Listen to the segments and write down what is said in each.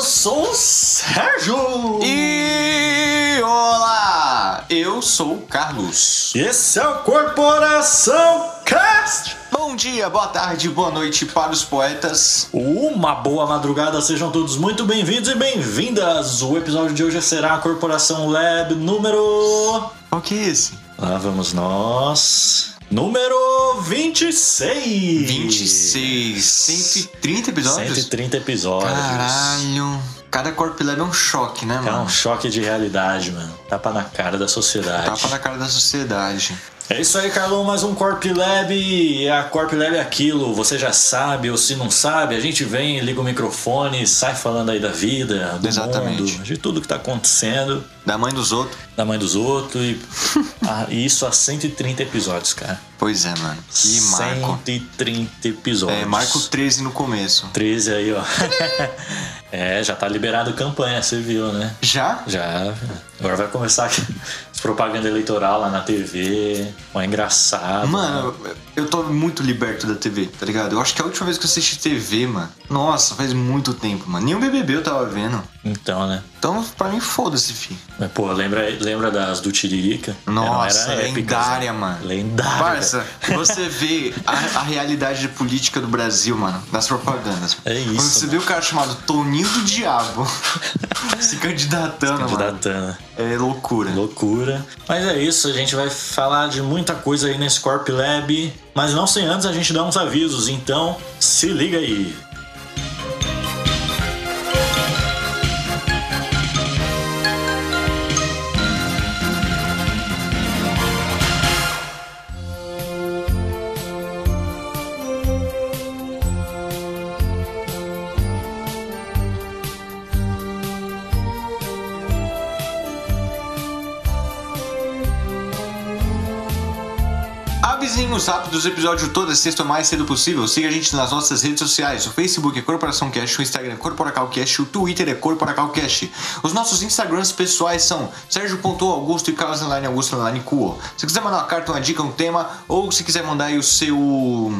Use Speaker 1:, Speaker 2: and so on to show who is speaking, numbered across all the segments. Speaker 1: sou o Sérgio! E olá! Eu sou o Carlos.
Speaker 2: Esse é o Corporação Cast!
Speaker 1: Bom dia, boa tarde, boa noite para os poetas.
Speaker 2: Uma boa madrugada, sejam todos muito bem-vindos e bem-vindas! O episódio de hoje será a Corporação Lab número.
Speaker 1: Qual que é esse?
Speaker 2: Lá vamos nós. Número 26!
Speaker 1: 26, 130 episódios?
Speaker 2: 130 episódios.
Speaker 1: Caralho. Cada Corp Lab é um choque, né,
Speaker 2: É
Speaker 1: mano?
Speaker 2: um choque de realidade, mano. Tapa na cara da sociedade.
Speaker 1: Tapa na cara da sociedade.
Speaker 2: É isso aí, Carlão, mais um Corp Lab. A Corp Lab é aquilo, você já sabe, ou se não sabe, a gente vem, liga o microfone, sai falando aí da vida, do
Speaker 1: Exatamente.
Speaker 2: mundo, de tudo que tá acontecendo,
Speaker 1: Da mãe dos outros.
Speaker 2: da mãe dos outros e Ah, e isso há 130 episódios, cara.
Speaker 1: Pois é, mano. Que marco.
Speaker 2: 130 episódios.
Speaker 1: É, marco 13 no começo.
Speaker 2: 13 aí, ó. é, já tá liberado campanha, você viu, né?
Speaker 1: Já?
Speaker 2: Já. Agora vai começar aqui. propaganda eleitoral lá na TV. Ó, é engraçado.
Speaker 1: Mano, eu tô muito liberto da TV, tá ligado? Eu acho que a última vez que eu assisti TV, mano. Nossa, faz muito tempo, mano. Nem o BBB eu tava vendo.
Speaker 2: Então, né?
Speaker 1: Então, pra mim, foda-se, fi.
Speaker 2: Mas, pô, lembra, lembra das do Tiririca?
Speaker 1: Nossa,
Speaker 2: Eram épicas,
Speaker 1: lendária,
Speaker 2: né?
Speaker 1: mano.
Speaker 2: Lendária.
Speaker 1: Parça, você vê a, a realidade política do Brasil, mano, nas propagandas.
Speaker 2: É isso,
Speaker 1: Quando você vê o cara chamado Toninho do Diabo se candidatando, mano.
Speaker 2: Candidatana.
Speaker 1: É loucura.
Speaker 2: Loucura. Mas é isso, a gente vai falar de muita coisa aí nesse Corp Lab. Mas não sem antes a gente dar uns avisos, então se liga aí.
Speaker 1: Avisinhos rápidos, episódio toda sexta o mais cedo possível. Siga a gente nas nossas redes sociais. O Facebook é Corporação Cash, o Instagram é Corporacal Cash, o Twitter é Corporacal Cash. Os nossos Instagrams pessoais são Sérgio.Augusto e Carlos Online Augusto Online Cuo. Se quiser mandar uma carta, uma dica, um tema, ou se quiser mandar aí o seu...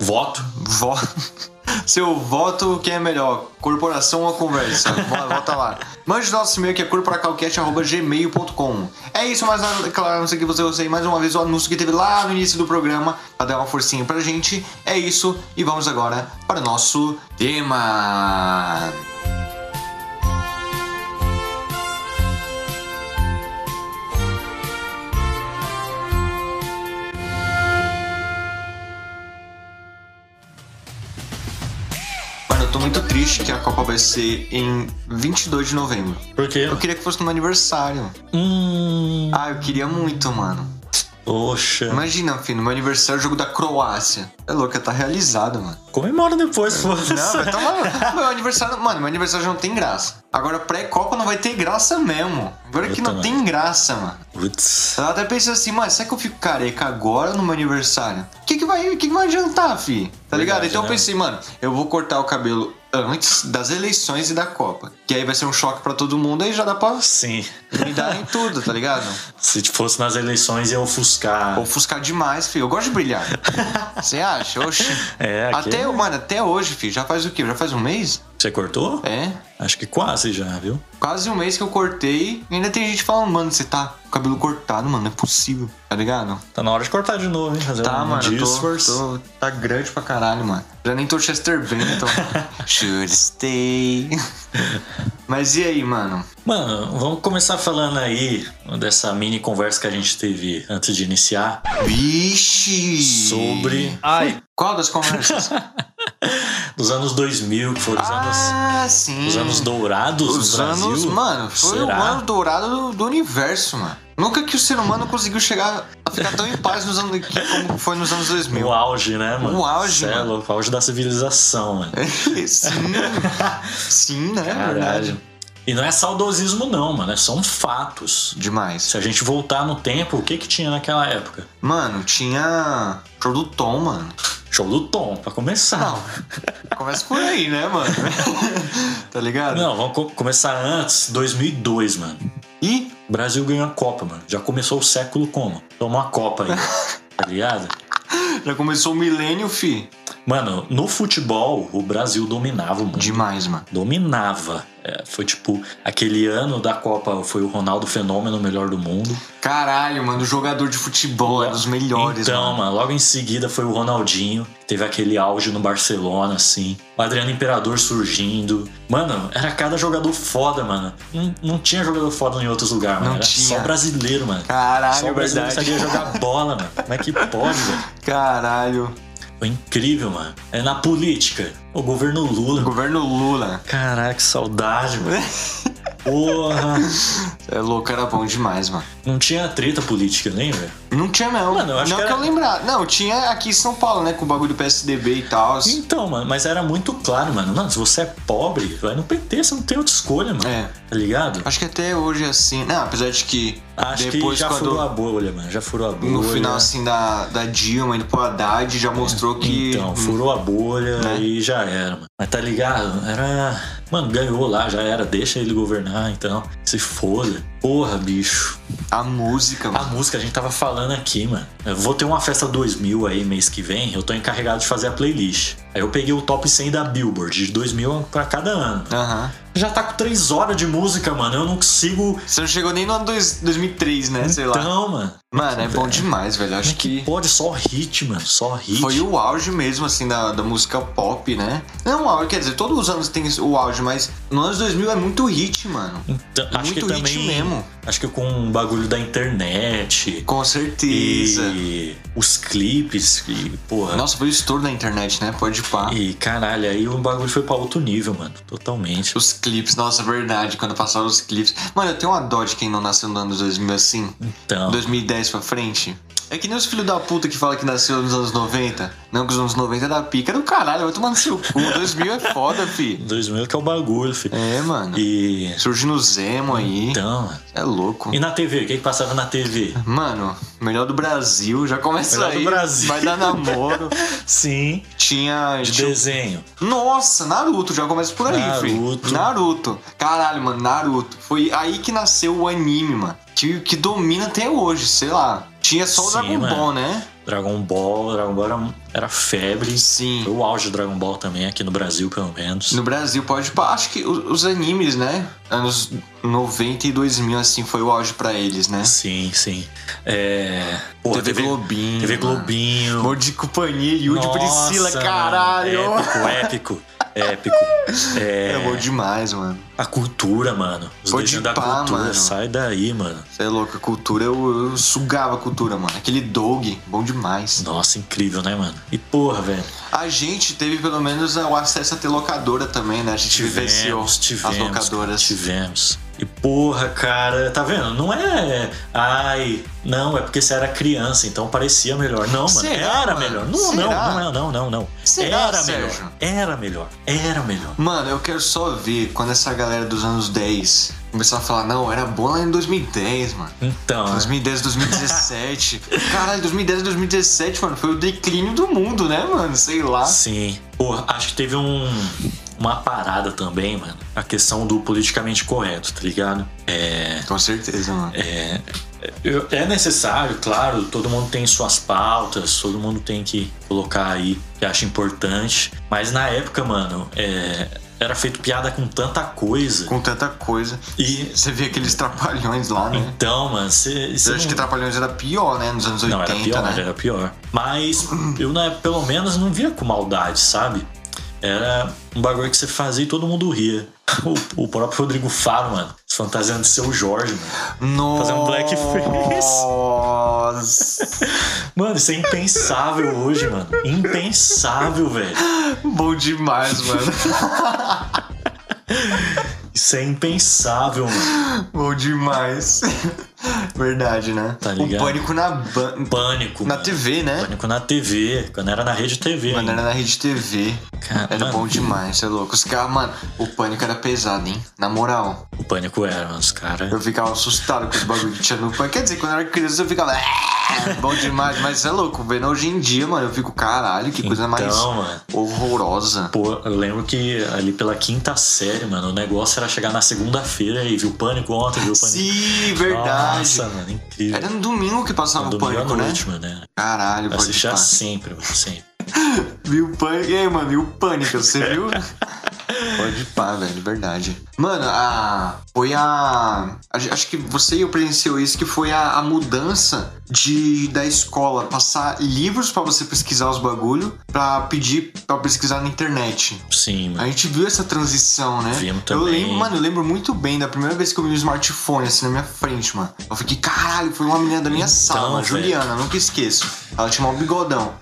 Speaker 2: Voto.
Speaker 1: Vo... Seu voto, quem é melhor? Corporação ou conversa? Vo- Volta lá. Mande nosso e-mail que é corporacalcast.gmail.com. É isso, mas nada, claro, não sei que você gostei mais uma vez o anúncio que teve lá no início do programa pra dar uma forcinha pra gente. É isso, e vamos agora para o nosso tema. Mano, eu tô muito triste que a Copa vai ser em 22 de novembro.
Speaker 2: Por quê?
Speaker 1: Eu queria que fosse no meu aniversário.
Speaker 2: Hum.
Speaker 1: Ah, eu queria muito, mano.
Speaker 2: Poxa.
Speaker 1: Imagina, filho, no meu aniversário, o jogo da Croácia. É louca, tá realizado, mano.
Speaker 2: Comemora depois, foda-se.
Speaker 1: Não, vai tomar. meu aniversário. Mano, meu aniversário já não tem graça. Agora, pré-copa não vai ter graça mesmo. Agora
Speaker 2: Eu
Speaker 1: que não
Speaker 2: também.
Speaker 1: tem graça, mano.
Speaker 2: Putz.
Speaker 1: Ela até pensando assim, mano, será que eu fico careca agora no meu aniversário? O que, que, vai, que, que vai adiantar, fi? Tá ligado?
Speaker 2: Verdade,
Speaker 1: Então
Speaker 2: né?
Speaker 1: eu pensei, mano, eu vou cortar o cabelo antes das eleições e da Copa. Que aí vai ser um choque pra todo mundo, aí já dá pra
Speaker 2: Sim.
Speaker 1: me dar em tudo, tá ligado?
Speaker 2: Se fosse nas eleições ia ofuscar.
Speaker 1: Ofuscar demais, filho. Eu gosto de brilhar. Você acha? Oxi.
Speaker 2: É, aqui-
Speaker 1: até, mano, até hoje, filho. Já faz o quê? Já faz um mês?
Speaker 2: Você cortou?
Speaker 1: É.
Speaker 2: Acho que quase já, viu?
Speaker 1: Quase um mês que eu cortei. E ainda tem gente falando, mano, você tá com o cabelo cortado, mano. Não é possível, tá ligado?
Speaker 2: Tá na hora de cortar de novo, hein? Fazer
Speaker 1: Tá,
Speaker 2: um
Speaker 1: mano, eu tô,
Speaker 2: disfarce.
Speaker 1: tô- Tá grande pra caralho, mano. Já nem tô Chester Bennington. Should stay. Mas e aí, mano?
Speaker 2: Mano, vamos começar falando aí dessa mini conversa que a gente teve antes de iniciar
Speaker 1: Vixe!
Speaker 2: sobre
Speaker 1: Qual das conversas?
Speaker 2: os anos 2000, que foram os anos
Speaker 1: ah, sim.
Speaker 2: os anos dourados
Speaker 1: Os
Speaker 2: no
Speaker 1: anos,
Speaker 2: Brasil.
Speaker 1: mano, foi um
Speaker 2: Será?
Speaker 1: o ano dourado do, do universo, mano. Nunca que o ser humano conseguiu chegar a ficar tão em paz nos anos que- como foi nos anos 2000.
Speaker 2: O auge, né, mano?
Speaker 1: O Um auge,
Speaker 2: Cê é
Speaker 1: mano.
Speaker 2: louco, o auge da civilização, mano.
Speaker 1: sim, É sim, né? Verdade.
Speaker 2: E não é saudosismo não, mano, são fatos.
Speaker 1: Demais.
Speaker 2: Se a gente voltar no tempo, o que que tinha naquela época?
Speaker 1: Mano, tinha show do Tom, mano.
Speaker 2: Show do Tom, pra começar.
Speaker 1: Não. Começa por aí, né, mano? tá ligado?
Speaker 2: Não, vamos co- começar antes, 2002, mano.
Speaker 1: E
Speaker 2: O Brasil ganhou a Copa, mano. Já começou o século como? Tomou a Copa aí, tá ligado?
Speaker 1: já começou o milênio, fi.
Speaker 2: Mano, no futebol, o Brasil dominava o mundo.
Speaker 1: Demais, mano.
Speaker 2: Dominava. É, foi tipo, aquele ano da Copa foi o Ronaldo Fenômeno, o melhor do mundo.
Speaker 1: Caralho, mano, jogador de futebol é dos melhores,
Speaker 2: então,
Speaker 1: mano.
Speaker 2: mano. logo em seguida foi o Ronaldinho, que teve aquele auge no Barcelona, assim. O Adriano Imperador surgindo. Mano, era cada jogador foda, mano. Não, não tinha jogador foda em outros lugares, mano.
Speaker 1: Não
Speaker 2: Era
Speaker 1: tinha.
Speaker 2: só brasileiro, mano. só
Speaker 1: Caralho,
Speaker 2: o brasileiro
Speaker 1: verdade.
Speaker 2: sabia jogar bola, mano. Como é que pode, velho?
Speaker 1: Caralho.
Speaker 2: Foi incrível, mano. É na política. O governo Lula.
Speaker 1: Governo Lula.
Speaker 2: Caraca, que saudade, mano. Porra.
Speaker 1: É louco, era bom demais, mano.
Speaker 2: Não tinha treta política, lembra?
Speaker 1: Não tinha, não.
Speaker 2: Mano, eu acho
Speaker 1: não
Speaker 2: que
Speaker 1: que,
Speaker 2: era-
Speaker 1: eu lembrar. Não, tinha aqui em São Paulo, né? Com o bagulho do PSDB e tal. assim.
Speaker 2: Então, mano, mas era muito claro, mano. Não, se você é pobre, vai no PT, você não tem outra escolha, mano.
Speaker 1: É.
Speaker 2: Tá ligado?
Speaker 1: Acho que até hoje é assim. Não, apesar de que
Speaker 2: Acho
Speaker 1: depois
Speaker 2: que já
Speaker 1: quando.
Speaker 2: furou a bolha, mano. Já furou a bolha.
Speaker 1: No final, assim, da, da Dilma indo pro Haddad, já mostrou que. hum,
Speaker 2: Então, furou a bolha
Speaker 1: Né?
Speaker 2: e já era, mano. Mas tá ligado? Era. Mano, ganhou lá, já era. Deixa ele governar, então. Se foda. Porra, bicho.
Speaker 1: a música,
Speaker 2: A
Speaker 1: mano.
Speaker 2: música a gente tava falando aqui, mano. Eu vou ter uma festa 2000 aí mês que vem, eu tô encarregado de fazer a playlist. Aí eu peguei o top 100 da Billboard, de 2000 pra cada ano.
Speaker 1: Aham.
Speaker 2: Já tá com 3 horas de música, mano, eu não consigo.
Speaker 1: Você não chegou nem no ano dois- 2003, né? Sei lá.
Speaker 2: Então, mano.
Speaker 1: Mano, é bom demais, velho. Acho que
Speaker 2: Pode só hit, mano, só hit.
Speaker 1: foi o auge mesmo, assim, da, da música pop, né? Não, o auge, quer dizer, todos os anos tem o auge, mas no anos 2000 é muito hit, mano.
Speaker 2: Então, acho que
Speaker 1: muito hit
Speaker 2: também.
Speaker 1: mesmo.
Speaker 2: Acho que com o bagulho da internet.
Speaker 1: Com certeza.
Speaker 2: E os clipes, que, porra.
Speaker 1: Nossa, foi o estouro da internet, né? Pode pá.
Speaker 2: E caralho, aí o bagulho foi pra outro nível, mano. Totalmente.
Speaker 1: Os clipes, nossa, verdade, quando passaram os clipes. Mano, eu tenho uma dó de quem não nasceu no ano 2000 assim.
Speaker 2: Então.
Speaker 1: 2010 pra frente. É que nem os filhos da puta que fala que nasceu nos anos 90. Não, que os anos 90 é da pica do caralho, vai tomar no seu cu. 2000 é foda, fi.
Speaker 2: 2000 que é o bagulho, filho.
Speaker 1: É, mano.
Speaker 2: E.
Speaker 1: Surgindo o Zemo aí.
Speaker 2: Então, mano.
Speaker 1: É louco.
Speaker 2: E na TV? O que, que passava na TV?
Speaker 1: Mano, melhor do Brasil, já começa
Speaker 2: Melhor do
Speaker 1: aí.
Speaker 2: Brasil.
Speaker 1: Vai dar namoro.
Speaker 2: Sim.
Speaker 1: Tinha.
Speaker 2: De
Speaker 1: tinha-
Speaker 2: desenho.
Speaker 1: Nossa, Naruto, já começa por aí,
Speaker 2: Naruto.
Speaker 1: fi. Naruto. Caralho, mano, Naruto. Foi aí que nasceu o anime, mano. Que, que domina até hoje, sei lá. Tinha só o
Speaker 2: Sim,
Speaker 1: Dragon
Speaker 2: mano.
Speaker 1: Ball, né?
Speaker 2: Dragon Ball. Dragon Ball era, era febre.
Speaker 1: Sim.
Speaker 2: Foi o auge do Dragon Ball também, aqui no Brasil, pelo menos.
Speaker 1: No Brasil, pode. pá, Acho que o- os animes, né? Anos 90 e 2000, assim, foi o auge pra eles, né?
Speaker 2: Sim, sim. É. Pô,
Speaker 1: TV, Globinho.
Speaker 2: TV
Speaker 1: mano.
Speaker 2: Globinho.
Speaker 1: Amor de companhia, Yudi
Speaker 2: Nossa,
Speaker 1: Priscila,
Speaker 2: mano.
Speaker 1: caralho.
Speaker 2: Épico, épico. Épico. É,
Speaker 1: É bom demais, mano.
Speaker 2: a cultura, mano. Os
Speaker 1: Pode
Speaker 2: desenhos da
Speaker 1: pá,
Speaker 2: cultura.
Speaker 1: mano.
Speaker 2: Sai daí, mano.
Speaker 1: Você é louco, a cultura, eu, eu sugava a cultura, mano. Aquele dog, bom demais.
Speaker 2: Nossa, incrível, né, mano? E porra, velho.
Speaker 1: A gente teve pelo menos é, o acesso a ter locadora também, né? A gente vivenciou
Speaker 2: Tivemos, tivemos.
Speaker 1: as locadoras.
Speaker 2: Tivemos. E porra, cara, tá vendo? Não é. Ai, não, é porque você era criança, então parecia melhor. Não, mano,
Speaker 1: Será,
Speaker 2: era
Speaker 1: mano?
Speaker 2: melhor. Não,
Speaker 1: Será?
Speaker 2: não, não, não, não, não.
Speaker 1: Será,
Speaker 2: era
Speaker 1: Sérgio?
Speaker 2: melhor. Era melhor. Era melhor.
Speaker 1: Mano, eu quero só ver quando essa galera dos anos 10 começar a falar, não, era bom lá em 2010, mano.
Speaker 2: Então.
Speaker 1: 2010, 2017. Caralho, 2010 e 2017, mano, foi o declínio do mundo, né, mano? Sei lá.
Speaker 2: Sim. Porra, acho que teve um, uma parada também, mano. A questão do politicamente correto, tá ligado? É.
Speaker 1: Com certeza, mano.
Speaker 2: É, eu- é necessário, claro, todo mundo tem suas pautas, todo mundo tem que colocar aí que acha importante. Mas na época, mano, é, era feito piada com tanta coisa.
Speaker 1: Com tanta coisa.
Speaker 2: E
Speaker 1: Você vê
Speaker 2: É.
Speaker 1: aqueles trapalhões lá, né?
Speaker 2: então, mano, você.
Speaker 1: Eu acho que Trapalhões era pior, né? Nos anos 80,
Speaker 2: Não, era pior,
Speaker 1: né?
Speaker 2: era pior. Mas eu, na, pelo menos, não via com maldade, sabe? Era um bagulho que você fazia e todo mundo ria. O, o próprio Rodrigo Faro, mano, se fantasiando de seu Jorge, mano.
Speaker 1: Nossa.
Speaker 2: Fazer um blackface.
Speaker 1: Nossa.
Speaker 2: Mano, isso é impensável hoje, mano. Impensável, velho.
Speaker 1: Bom demais, mano.
Speaker 2: Isso é impensável, mano.
Speaker 1: Bom demais. Verdade, né?
Speaker 2: Tá
Speaker 1: o
Speaker 2: ligado?
Speaker 1: pânico na, ban-
Speaker 2: Pânico.
Speaker 1: na
Speaker 2: mano.
Speaker 1: TV, né?
Speaker 2: Pânico na TV. Quando era na rede TV.
Speaker 1: Mano,
Speaker 2: ainda.
Speaker 1: era na rede TV.
Speaker 2: Cara,
Speaker 1: Era
Speaker 2: mano,
Speaker 1: bom demais, você é louco. Os caras, mano, o pânico era pesado, hein? Na moral.
Speaker 2: O pânico era, mano. Os caras.
Speaker 1: Eu ficava assustado com os bagulho que tinha no pânico. Quer dizer, quando eu era criança eu ficava. "Ah, Bom demais, mas você é louco. Vendo hoje em dia, mano, eu fico, caralho, que coisa mais
Speaker 2: Então, mano.
Speaker 1: horrorosa.
Speaker 2: Pô, eu lembro que ali pela quinta série, mano, o negócio era chegar na segunda-feira e viu o pânico ontem, viu o pânico.
Speaker 1: Sim, verdade.
Speaker 2: Nossa, mano, incrível.
Speaker 1: Era no domingo que passava o
Speaker 2: Domingo à
Speaker 1: pânico, né?
Speaker 2: noite, mano, né?
Speaker 1: Caralho,
Speaker 2: Eu
Speaker 1: pode
Speaker 2: assistia
Speaker 1: pá.
Speaker 2: sempre, mano, sempre.
Speaker 1: Viu o pânico? E aí, mano, e o pânico, você viu? Pode pá, velho, verdade. Mano, a. Foi a. a- Acho que você e eu presenciou isso, que foi a, a mudança de da escola passar livros pra você pesquisar os bagulho pra pedir pra pesquisar na internet.
Speaker 2: Sim, mano.
Speaker 1: A gente viu essa transição, né?
Speaker 2: Vimos
Speaker 1: Eu
Speaker 2: também.
Speaker 1: lembro, mano, eu lembro muito bem da primeira vez que eu vi um smartphone assim na minha frente, mano. Eu fiquei, caralho, foi uma menina da minha sala, mano,
Speaker 2: Então, velho.
Speaker 1: Juliana, nunca esqueço. Ela tinha um bigodão.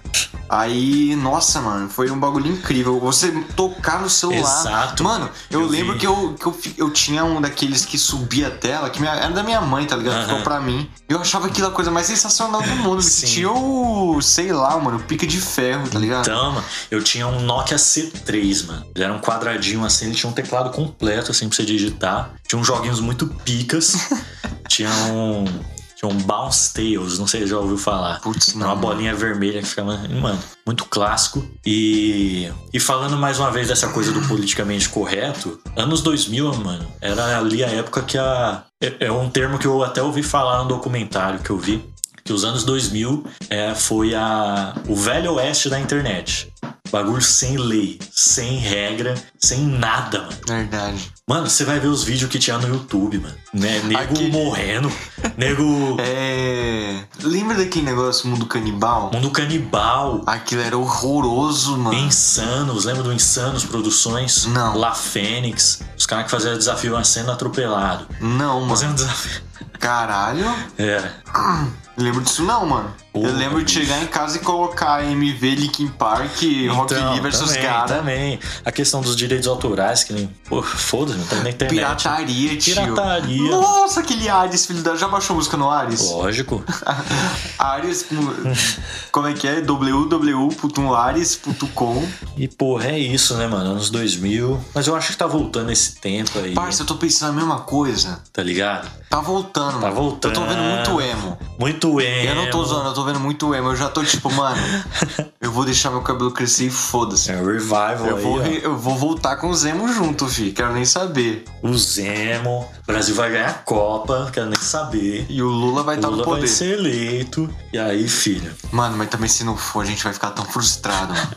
Speaker 1: Aí, nossa, mano, foi um bagulho incrível. Você tocar no celular.
Speaker 2: Exato,
Speaker 1: Mano, eu,
Speaker 2: eu
Speaker 1: lembro
Speaker 2: vi.
Speaker 1: que, eu, que eu, fi- eu tinha um daqueles que subia a tela, que minha- era da minha mãe, tá ligado?
Speaker 2: Aham.
Speaker 1: Ficou pra mim. Eu achava aquilo a coisa mais sensacional do mundo.
Speaker 2: Sim.
Speaker 1: Me tinha o, sei lá, mano, o pique de ferro, tá ligado?
Speaker 2: Então, mano, eu tinha um Nokia C3, mano. Ele era um quadradinho assim, ele tinha um teclado completo, assim, pra você digitar. Tinha uns joguinhos muito picas. tinha um. Tinha um Bounce Tales, não sei se já ouviu falar.
Speaker 1: Putz,
Speaker 2: Era
Speaker 1: não.
Speaker 2: Então, uma bolinha vermelha que ficava. Mano, muito clássico. E. E falando mais uma vez dessa coisa do politicamente correto, anos 2000, mano, era ali a época que a. É, é um termo que eu até ouvi falar no documentário que eu vi. Que os anos 2000 é, foi a, o velho oeste da internet. Bagulho sem lei, sem regra, sem nada, mano.
Speaker 1: Verdade.
Speaker 2: Mano, você vai ver os vídeos que tinha no YouTube, mano. Né? Nego
Speaker 1: Aquele-
Speaker 2: morrendo, nego.
Speaker 1: É. Lembra daquele negócio Mundo Canibal?
Speaker 2: Mundo canibal.
Speaker 1: Aquilo era horroroso, mano.
Speaker 2: Insanos, lembra do Insanos Produções?
Speaker 1: Ah. Não.
Speaker 2: La Fênix. Os caras que faziam desafio a sendo atropelado.
Speaker 1: Não, mano.
Speaker 2: Fazendo desafio.
Speaker 1: Caralho.
Speaker 2: Era.
Speaker 1: Lembro disso não, mano.
Speaker 2: Porra,
Speaker 1: Eu lembro de
Speaker 2: bicho. Então,
Speaker 1: chegar em casa e colocar MV Linkin Park, Rock Lee versus
Speaker 2: também,
Speaker 1: Gara.
Speaker 2: Também. A questão dos direitos autorais, que nem. Pô, Foda-se, tá na internet.
Speaker 1: Pirataria, tio.
Speaker 2: Pirataria.
Speaker 1: Nossa, aquele Ares, filho da. Já baixou a música no Ares?
Speaker 2: Lógico.
Speaker 1: Ares. com- Como é que é? www.ares.com.
Speaker 2: E, porra, é isso, né, mano? Anos 2000. Mas eu acho que tá voltando esse tempo aí.
Speaker 1: Parça, eu tô pensando a mesma coisa.
Speaker 2: Tá ligado?
Speaker 1: Tá voltando, mano.
Speaker 2: Tá voltando.
Speaker 1: Eu tô vendo muito emo.
Speaker 2: Muito emo.
Speaker 1: Eu não tô usando, eu tô vendo muito emo. Eu já tô tipo, mano, eu vou deixar meu cabelo crescer e foda-se.
Speaker 2: É o revival
Speaker 1: Eu
Speaker 2: aí,
Speaker 1: vou,
Speaker 2: ó.
Speaker 1: re- eu vou voltar com os emo junto, fi. Quero nem saber.
Speaker 2: O Zemo. O Brasil vai ganhar a Copa, quero nem saber.
Speaker 1: E o Lula vai
Speaker 2: O
Speaker 1: estar
Speaker 2: Lula
Speaker 1: no poder.
Speaker 2: vai ser eleito. E aí, filho?
Speaker 1: Mano, mas também se não for, a gente vai ficar tão frustrado, mano.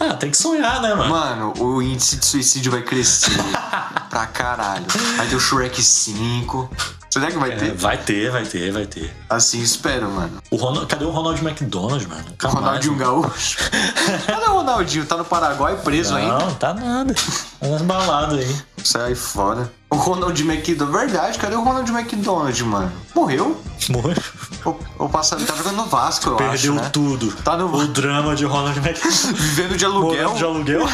Speaker 2: Ah, tem que sonhar, né, mano?
Speaker 1: Mano, o índice de suicídio vai crescer pra caralho. Vai ter o Shrek 5. Será que vai
Speaker 2: É,
Speaker 1: ter?
Speaker 2: vai ter, vai ter, vai ter.
Speaker 1: Assim, espero, mano.
Speaker 2: O Ronald, cadê o Ronald McDonald, mano? Nunca
Speaker 1: O Ronaldinho
Speaker 2: mais,
Speaker 1: Gaúcho. Cadê o Ronaldinho? Tá no Paraguai preso
Speaker 2: mano.
Speaker 1: ainda?
Speaker 2: Não, tá nada. Tá nas baladas aí.
Speaker 1: Sai fora. O Ronald McDonald. Verdade, cadê o Ronald McDonald, mano? Morreu?
Speaker 2: Morreu.
Speaker 1: O, o passarinho tá jogando no Vasco, eu acho,
Speaker 2: Perdeu
Speaker 1: né?
Speaker 2: tudo.
Speaker 1: Tá no-
Speaker 2: O drama de Ronald McDonald.
Speaker 1: Vivendo de aluguel.
Speaker 2: Morando de aluguel.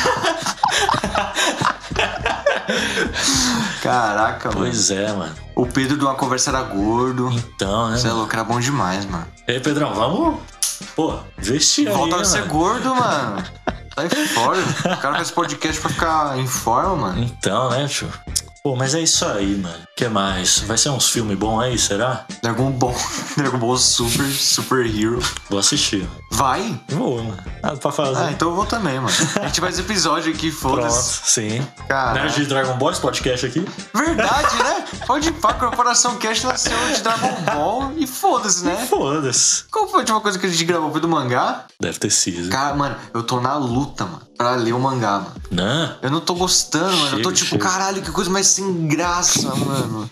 Speaker 1: Caraca, mano.
Speaker 2: pois é, mano.
Speaker 1: O Pedro de uma conversa era gordo.
Speaker 2: Então, né,
Speaker 1: Você é
Speaker 2: mano?
Speaker 1: louco, era bom demais, mano.
Speaker 2: E aí, Pedrão, vamos... Pô, investir aí,
Speaker 1: Volta
Speaker 2: né,
Speaker 1: a ser
Speaker 2: mano?
Speaker 1: gordo, mano. Sai fora. O cara faz podcast pra ficar em forma, mano.
Speaker 2: Então, né, tio? Pô, mas é isso aí, mano. O que mais? Vai ser uns filmes bons aí, será?
Speaker 1: Dragon Ball. Dragon Ball Super, Super Hero.
Speaker 2: Vou assistir.
Speaker 1: Vai?
Speaker 2: Vou, mano. Nada pra fazer.
Speaker 1: Ah, então eu vou também, mano. A gente faz episódio aqui,
Speaker 2: Pronto,
Speaker 1: foda-se.
Speaker 2: sim.
Speaker 1: Caralho.
Speaker 2: Nerd de Dragon Ball, esse podcast aqui.
Speaker 1: Verdade, né? Pode ir pra Corporação Cast nasceu de Dragon Ball e foda-se, né?
Speaker 2: Foda-se.
Speaker 1: Qual foi a última coisa que a gente gravou? Foi do mangá?
Speaker 2: Deve ter sido.
Speaker 1: Cara, mano, eu tô na luta, mano, pra ler o mangá, mano.
Speaker 2: Não?
Speaker 1: Eu não tô gostando, mano. Eu tô
Speaker 2: Chega,
Speaker 1: tipo,
Speaker 2: chega.
Speaker 1: caralho, que coisa mais sem graça, mano.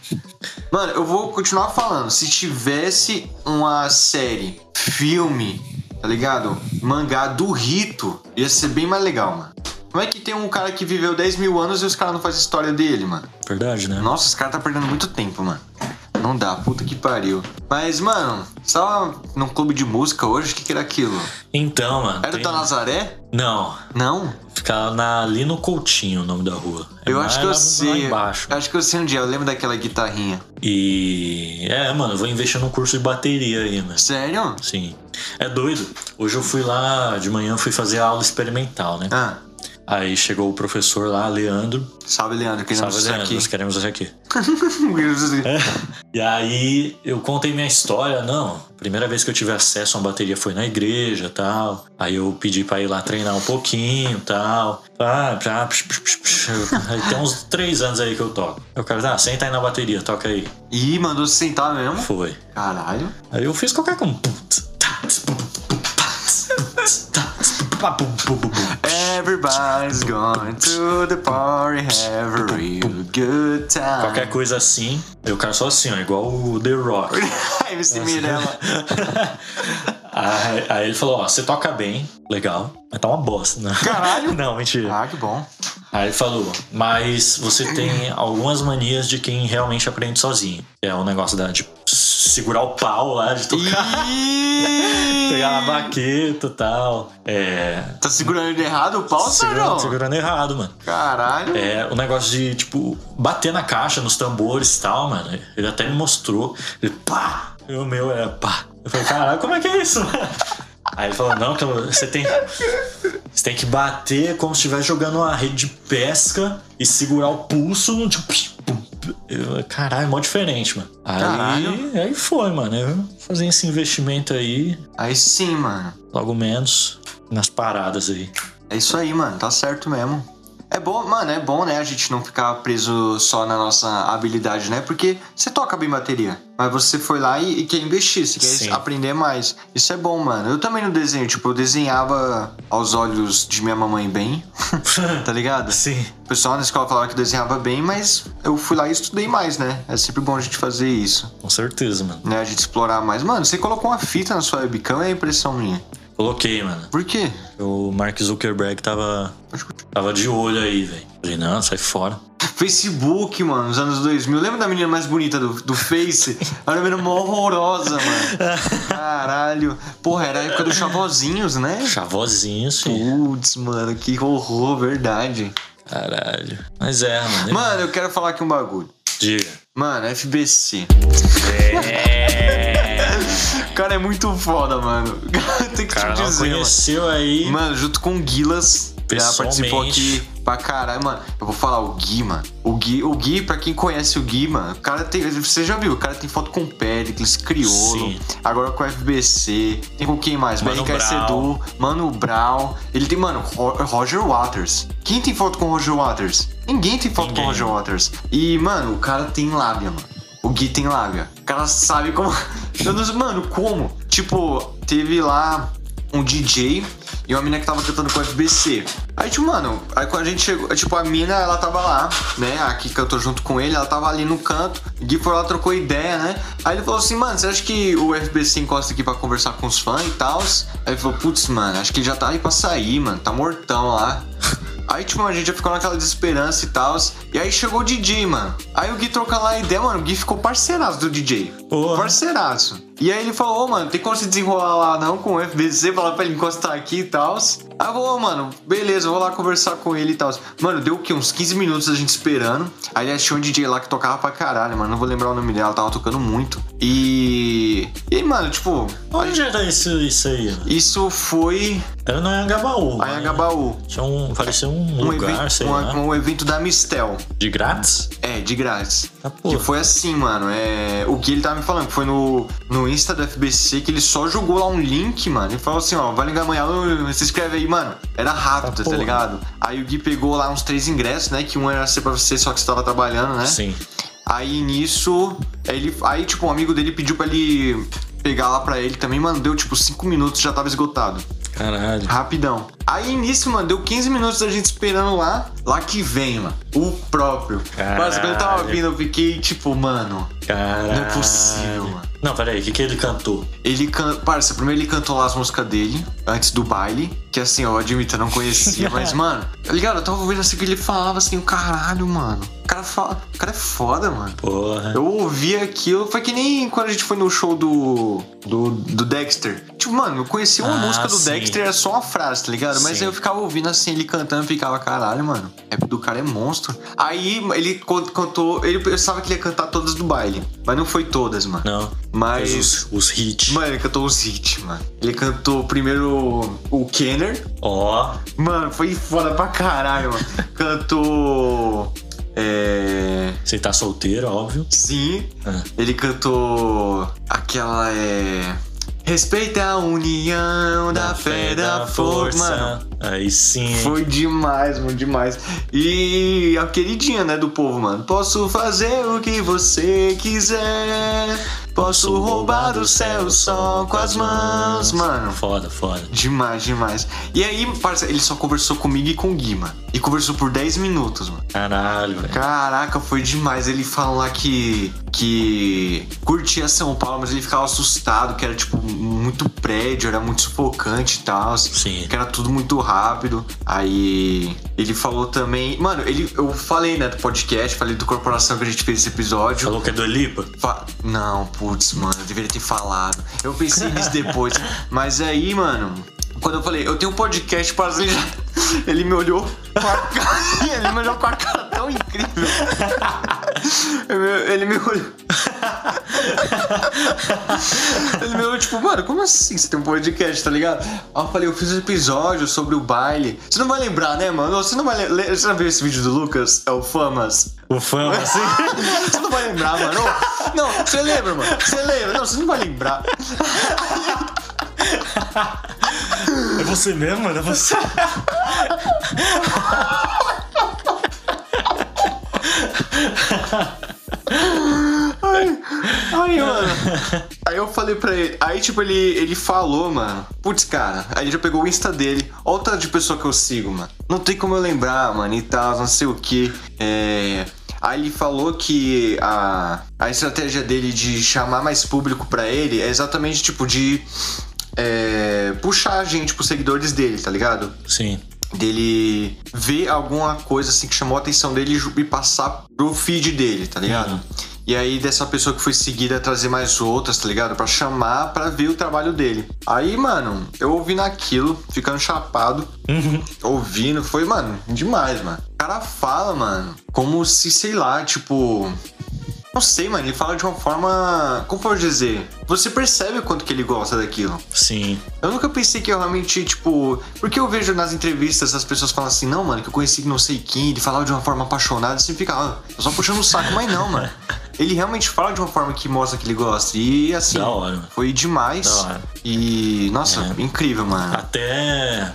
Speaker 1: Mano, eu vou continuar falando. Se tivesse uma série, filme, tá ligado? Mangá do Rito, ia ser bem mais legal, mano. Como é que tem um cara que viveu 10 mil anos e os caras não fazem história dele, mano?
Speaker 2: Verdade, né?
Speaker 1: Nossa, esse cara tá perdendo muito tempo, mano. Não dá, puta que pariu. Mas, mano, estava num clube de música hoje, o que, que era aquilo?
Speaker 2: Então, mano.
Speaker 1: Era
Speaker 2: tem- né?
Speaker 1: da Nazaré?
Speaker 2: Não.
Speaker 1: Não?
Speaker 2: Fica na... ali no Coutinho o nome da rua. É
Speaker 1: eu
Speaker 2: mais
Speaker 1: acho que eu
Speaker 2: lá, Lá
Speaker 1: sei.
Speaker 2: embaixo.
Speaker 1: Acho que eu sei um dia, eu lembro daquela guitarrinha.
Speaker 2: E. É, mano, eu vou investir num curso de bateria aí, mano.
Speaker 1: Sério?
Speaker 2: Sim. É doido. Hoje eu fui lá, de manhã eu fui fazer a aula experimental, né?
Speaker 1: Ah,
Speaker 2: Aí chegou o professor lá, Leandro.
Speaker 1: salve, Leandro, que não
Speaker 2: Salve,
Speaker 1: está
Speaker 2: Leandro,
Speaker 1: aqui.
Speaker 2: nós queremos você aqui.
Speaker 1: É.
Speaker 2: E aí eu contei minha história, não. Primeira vez que eu tive acesso a uma bateria foi na igreja, tal. Aí eu pedi pra ir lá treinar um pouquinho, tal. Ah, pra, psh, psh, psh, psh. Aí tem uns três anos aí que eu toco. Eu quero, ah, senta aí na bateria, toca aí.
Speaker 1: Ih, mandou se sentar mesmo?
Speaker 2: Foi.
Speaker 1: Caralho.
Speaker 2: Aí eu fiz qualquer como. pá, pum, pum, pum, pum.
Speaker 1: Everybody's going to the party, have a real good time.
Speaker 2: Qualquer coisa assim, eu quero só assim, ó, igual o The Rock.
Speaker 1: Aí MC Mirella.
Speaker 2: aí, aí ele falou, ó, você toca bem, legal, mas tá uma bosta, né?
Speaker 1: Caralho.
Speaker 2: Não, mentira.
Speaker 1: Ah, que bom.
Speaker 2: Aí ele falou, mas você tem algumas manias de quem realmente aprende sozinho. que É o negócio da, de segurar o pau lá, de tocar, pegar na
Speaker 1: Ih!
Speaker 2: baqueta e tal. É.
Speaker 1: Tá segurando ele errado o pau,
Speaker 2: Segurando,
Speaker 1: Sérgio?
Speaker 2: segurando errado, mano.
Speaker 1: Caralho.
Speaker 2: É, o negócio de, tipo, bater na caixa, nos tambores e tal, mano. Ele até me mostrou. Ele, pá! E o meu era pá. Eu falei, caralho, como é que é isso, mano? Aí ele falou, não, que você tem. Você tem que bater como se estivesse jogando uma rede de pesca e segurar o pulso, tipo. psh, pum, pum. Eu, Caralho, mó diferente, mano. Aí,
Speaker 1: Caralho.
Speaker 2: aí foi, mano. Eu fazia esse investimento aí,
Speaker 1: Aí sim, mano.
Speaker 2: logo menos, nas paradas aí.
Speaker 1: É isso aí, mano. Tá certo mesmo. É bom, mano, é bom, né? A gente não ficar preso só na nossa habilidade, né? Porque você toca bem bateria, mas você foi lá e, e quer investir, você quer
Speaker 2: Sim.
Speaker 1: aprender mais. Isso é bom, mano. Eu também no desenho, tipo, eu desenhava aos olhos de minha mamãe bem, tá ligado?
Speaker 2: Sim.
Speaker 1: O pessoal na escola falava que eu desenhava bem, mas eu fui lá e estudei mais, né? É sempre bom a gente fazer isso,
Speaker 2: Com certeza, mano.
Speaker 1: né? A gente explorar mais. Mano, você colocou uma fita na sua webcam, é impressão minha.
Speaker 2: Coloquei, mano.
Speaker 1: Por quê?
Speaker 2: O Mark Zuckerberg tava, tava de olho aí, velho. Falei, não, sai fora.
Speaker 1: Facebook, mano, nos anos 2000. Lembra da menina mais bonita do, do Face? Era uma menina mó horrorosa, mano. Caralho. Porra, era a época dos chavozinhos, né?
Speaker 2: Chavozinho, sim.
Speaker 1: Putz, mano, que horror, verdade.
Speaker 2: Caralho. Mas é, mano.
Speaker 1: Mano, eu quero falar aqui um bagulho.
Speaker 2: Diga.
Speaker 1: Mano, FBC.
Speaker 2: É.
Speaker 1: O cara é muito foda, mano. Tem que
Speaker 2: Cara,
Speaker 1: te
Speaker 2: não
Speaker 1: dizer, é mano.
Speaker 2: conheceu aí.
Speaker 1: Mano, junto com o Guilas, já
Speaker 2: Pessoalmente.
Speaker 1: participou aqui pra caralho, mano. Eu vou falar o Gui, mano. O Gui, o Gui, pra quem conhece o Gui, mano, o cara tem. Você já viu, o cara tem foto com Pericles, Criolo,
Speaker 2: Sim.
Speaker 1: agora com o FBC, tem com quem mais?
Speaker 2: Mano
Speaker 1: BRK Sedu,
Speaker 2: Brown.
Speaker 1: Mano Brown. Ele tem, mano, Ro- Roger Waters. Quem tem foto com o Roger Waters? Ninguém tem foto
Speaker 2: Ninguém.
Speaker 1: com o Roger Waters. E, mano, o cara tem lábia, mano. O Gui tem lábia. O cara sabe como. Eu não sei, mano, como? Tipo, teve lá um DJ e uma mina que tava cantando com o FBC. Aí, tipo, mano, aí quando a gente chegou, tipo, a mina, ela tava lá, né? A que cantou junto com ele, ela tava ali no canto. O Gui foi lá, trocou ideia, né? Aí ele falou assim, mano, você acha que o FBC encosta aqui pra conversar com os fãs e tal? Aí ele falou, putz, mano, acho que ele já tá aí pra sair, mano. Tá mortão lá. Aí, tipo, a gente já ficou naquela desesperança e tal. E aí chegou o DJ, mano. Aí o Gui trocou lá a ideia, mano. O Gui ficou parceiraço do DJ.
Speaker 2: Porra.
Speaker 1: Parceiraço. E aí ele falou, ô, mano, tem como se desenrolar lá não com o FBC, falar pra ele encostar aqui e tal. Aí eu vou, "Ô, mano, beleza, eu vou lá conversar com ele e tal. Mano, deu o quê? Uns 15 minutos a gente esperando. Aí ele achou um DJ lá que tocava pra caralho, mano. Não vou lembrar o nome dela, tava tocando muito. E. E aí, mano, tipo.
Speaker 2: Onde era isso, isso aí? mano?
Speaker 1: Isso foi
Speaker 2: Era no Anhangabaú. né?
Speaker 1: Anhangabaú.
Speaker 2: Tinha um. Parecia um,
Speaker 1: Um,
Speaker 2: lugar,
Speaker 1: evento,
Speaker 2: sei
Speaker 1: um-
Speaker 2: lá.
Speaker 1: um evento da Mistel.
Speaker 2: De grátis?
Speaker 1: É, de grátis.
Speaker 2: Tá
Speaker 1: Que
Speaker 2: porra.
Speaker 1: foi assim, mano. É, o que ele tava me falando, que foi no, no Insta do FBC que ele só jogou lá um link, mano. E falou assim, ó, vai ligar amanhã, ô, se inscreve aí, mano. Era rápido,
Speaker 2: Tá
Speaker 1: tá
Speaker 2: porra.
Speaker 1: ligado? Aí o Gui pegou lá uns três ingressos, né? Que um era ser pra você, só que você tava trabalhando, né?
Speaker 2: Sim.
Speaker 1: Aí nisso, ele, aí tipo, um amigo dele pediu pra ele pegar lá pra ele também, mano. Deu tipo cinco minutos, já tava esgotado.
Speaker 2: Caralho.
Speaker 1: Rapidão. Aí nisso, mano, deu 15 minutos da gente esperando lá. Lá que vem, mano. O próprio.
Speaker 2: Caralho.
Speaker 1: Mas quando eu tava vindo, eu fiquei tipo, mano,
Speaker 2: Caralho.
Speaker 1: não é possível, mano.
Speaker 2: Não, peraí, o que, que ele cantou?
Speaker 1: Ele canta. Parça, primeiro ele cantou lá as músicas dele, antes do baile. Que assim, eu admito, eu não conhecia, mas, mano, tá ligado? Eu tava ouvindo assim que ele falava assim, o caralho, mano. O cara fala. O cara é foda, mano.
Speaker 2: Porra.
Speaker 1: Eu ouvi aquilo, foi que nem quando a gente foi no show do. do, do Dexter. Tipo, mano, eu conhecia uma
Speaker 2: Ah,
Speaker 1: música do
Speaker 2: sim.
Speaker 1: Dexter, era só uma frase, tá ligado? Mas
Speaker 2: Sim.
Speaker 1: aí eu ficava ouvindo assim, ele cantando, eu ficava, caralho, mano, o rap do cara é monstro. Aí ele con- cantou, ele pensava que ele ia cantar todas do baile, mas não foi todas, mano.
Speaker 2: Não.
Speaker 1: Mas-
Speaker 2: Fez Os, os hits.
Speaker 1: Ah, Mano, ele cantou os hits, mano. Ele cantou primeiro o Kenner.
Speaker 2: Ó.
Speaker 1: Mano, foi foda pra caralho, mano. cantou. É.
Speaker 2: Você tá solteiro, óbvio.
Speaker 1: Sim.
Speaker 2: Ah.
Speaker 1: Ele cantou aquela é. Respeita a união da, fé da força. Mano,
Speaker 2: Aí sim.
Speaker 1: Foi demais, mano, demais. E a queridinha, né, do povo, mano. Posso fazer o que você quiser. Posso roubar o céu só com as mãos, mano.
Speaker 2: Foda, foda.
Speaker 1: Demais, demais. E aí, parça, ele só conversou comigo e com o Gui, mano. E conversou por 10 minutos, mano.
Speaker 2: Caralho, velho.
Speaker 1: Caraca, foi demais. Ele falar que. que curtia São Paulo, mas ele ficava assustado, que era tipo muito prédio, era muito sufocante e tal. assim,
Speaker 2: Sim.
Speaker 1: Que era tudo muito rápido. Aí ele falou também. Mano, ele, eu falei, né, do podcast, falei do corporação que a gente fez esse episódio.
Speaker 2: Falou que é do Elipa?
Speaker 1: Fa- Não, putz, mano, eu deveria ter falado. Eu pensei nisso depois. Mas aí, mano, quando eu falei, eu tenho um podcast para ele, já- ele me olhou com a cara. Ele me olhou com a cara tão incrível. Ele me olhou. Ele me olhou tipo, mano, como assim você tem um podcast, tá ligado? Aí eu falei, eu fiz um episódio sobre o baile. Você não vai lembrar, né, mano? Você não vai le- le- Você não viu esse vídeo do Lucas? É o Famas.
Speaker 2: O fã, assim.
Speaker 1: Você não vai lembrar, mano. Não, você lembra, mano. Você lembra. Não, você não vai lembrar.
Speaker 2: É você mesmo, mano? É você.
Speaker 1: Aí, mano. Aí eu falei pra ele. Aí, tipo, ele, ele falou, mano. Putz, cara. Aí ele já pegou o Insta dele. Olha o tanto de pessoa que eu sigo, mano. Não tem como eu lembrar, mano. E tal, não sei o que. É. Aí ele falou que a, a estratégia dele de chamar mais público pra ele é exatamente tipo de é, puxar a gente pros seguidores dele, tá ligado?
Speaker 2: Sim.
Speaker 1: dele ver alguma coisa assim que chamou a atenção dele e ju- e passar pro feed dele, tá ligado?
Speaker 2: Uhum.
Speaker 1: E aí dessa pessoa que foi seguida trazer mais outras, tá ligado? Pra chamar, pra ver o trabalho dele. Aí, mano, eu ouvindo aquilo, ficando chapado,
Speaker 2: Uhum.
Speaker 1: ouvindo, foi, mano, demais, mano. O cara fala, mano, como se, sei lá, tipo, não sei, mano, ele fala de uma forma, como posso dizer? Você percebe o quanto que ele gosta daquilo.
Speaker 2: Sim.
Speaker 1: Eu nunca pensei que eu realmente, tipo. Porque eu vejo nas entrevistas as pessoas falam assim, não, mano, que eu conheci não sei quem, ele falava de uma forma apaixonada, você fica, ah, eu só puxando o saco, mas não, mano. Ele realmente fala de uma forma que mostra que ele gosta. E assim,
Speaker 2: Da hora, mano.
Speaker 1: foi demais.
Speaker 2: Da hora. É. Ah,
Speaker 1: E. Nossa, incrível, mano.
Speaker 2: Até.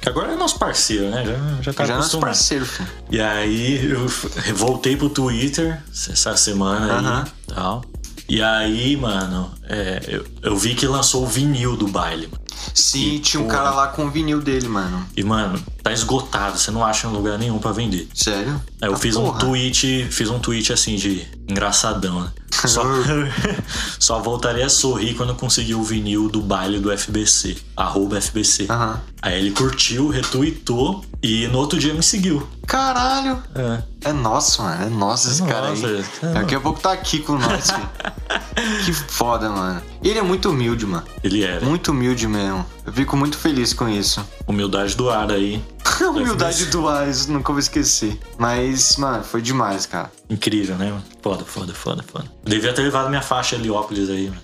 Speaker 2: que Agora é nosso parceiro, né? Já, já tá
Speaker 1: Já é nosso
Speaker 2: acostumado.
Speaker 1: parceiro, filho.
Speaker 2: E aí eu f- voltei pro Twitter essa semana aí
Speaker 1: Aham.
Speaker 2: e tal. E aí, mano, é, eu, eu vi que lançou o vinil do baile, mano.
Speaker 1: Sim,
Speaker 2: E,
Speaker 1: tinha um
Speaker 2: porra.
Speaker 1: cara lá com o vinil dele, mano.
Speaker 2: E, mano, tá esgotado, você não acha em lugar nenhum pra vender.
Speaker 1: Sério?
Speaker 2: Aí eu
Speaker 1: Ah,
Speaker 2: fiz um
Speaker 1: porra.
Speaker 2: tweet, fiz um tweet assim de engraçadão, né? Só, só voltaria a sorrir quando eu conseguir o vinil do baile do FBC, arroba FBC.
Speaker 1: Aham.
Speaker 2: Aí ele curtiu, retweetou e no outro dia me seguiu.
Speaker 1: Caralho!
Speaker 2: É.
Speaker 1: É nosso, mano. É nosso esse
Speaker 2: nosso,
Speaker 1: cara aí.
Speaker 2: é
Speaker 1: Daqui a pouco tá aqui com nós, filho. Que foda, mano. E ele é muito humilde, mano.
Speaker 2: Ele era.
Speaker 1: Muito humilde mesmo. Eu fico muito feliz com isso.
Speaker 2: Humildade do ar aí.
Speaker 1: Humildade do Ais, nunca vou esquecer. Mas, mano, foi demais, cara.
Speaker 2: Incrível, né? mano? Foda, foda, foda, foda. Eu devia ter levado minha faixa Heliópolis aí, mano.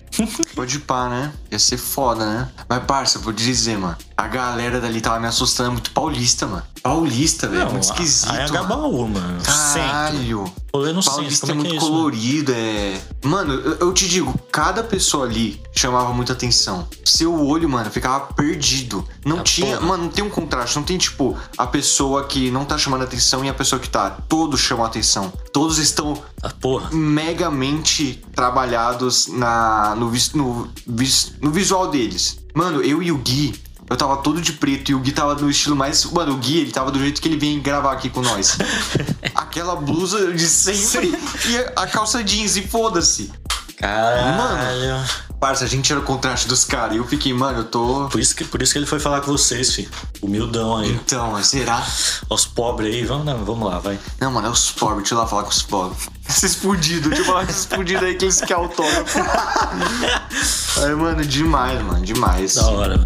Speaker 1: Pode pá, né? Ia ser foda, né? Mas, parça, eu vou te dizer, mano. A galera dali tava me assustando. é Muito paulista, mano. Paulista, velho. é Muito esquisito.
Speaker 2: Aí é
Speaker 1: mano.
Speaker 2: Gabaú, mano. Centro.
Speaker 1: Caralho.
Speaker 2: Rolê no centro,
Speaker 1: Paulista
Speaker 2: como
Speaker 1: é
Speaker 2: é que
Speaker 1: muito
Speaker 2: é isso? mano?
Speaker 1: colorido, é. Mano, eu, eu te digo, cada pessoa ali chamava muita atenção. Seu olho, mano, ficava perdido. Não
Speaker 2: Ah,
Speaker 1: tinha.
Speaker 2: porra.
Speaker 1: Mano, não tem um contraste. Não tem, tipo, a pessoa que não tá chamando atenção e a pessoa que tá. Todos chamam atenção. Todos estão
Speaker 2: Ah, porra.
Speaker 1: megamente trabalhados na, no, vis- no, vis- no visual deles. Mano, eu e o Gui. Eu tava todo de preto e o Gui tava no estilo mais. Mano, o Gui, ele tava do jeito que ele vem gravar aqui com nós. Aquela blusa de sempre e a calça jeans, e foda-se.
Speaker 2: Caralho.
Speaker 1: Parça, a gente era o contraste dos caras. E eu fiquei, mano, eu tô.
Speaker 2: Por isso, que, por isso que ele foi falar com vocês, filho. Humildão aí.
Speaker 1: Então, mas será?
Speaker 2: Os pobres aí, vamos, não, vamos lá, vai.
Speaker 1: Não, mano, é os pobres, deixa eu lá falar com os pobres. Esses fudidos, deixa eu falar com esses fudidos aí que eles querem autógrafo. Aí, mano, demais, mano, demais.
Speaker 2: Da hora.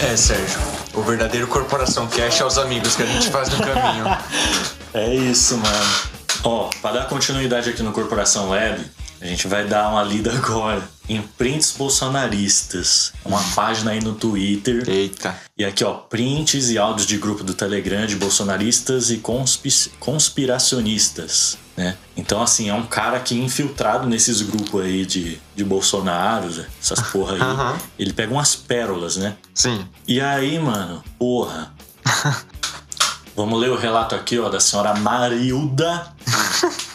Speaker 1: É, Sérgio. O verdadeiro corporação cash é os amigos que a gente faz no caminho.
Speaker 2: É isso, mano. Ó, para dar continuidade aqui no Corporação Web, a gente vai dar uma lida agora em prints bolsonaristas. É Uma página aí no Twitter.
Speaker 1: Eita.
Speaker 2: E aqui, ó, prints e áudios de grupo do Telegram de bolsonaristas e conspi- conspiracionistas, né? Então, assim, é um cara que infiltrado nesses grupos aí de, de Bolsonaro, né? essas porra aí.
Speaker 1: Aham.
Speaker 2: Ele pega umas pérolas, né?
Speaker 1: Sim.
Speaker 2: E aí, mano, porra. Vamos ler o relato aqui, ó, da senhora Marilda.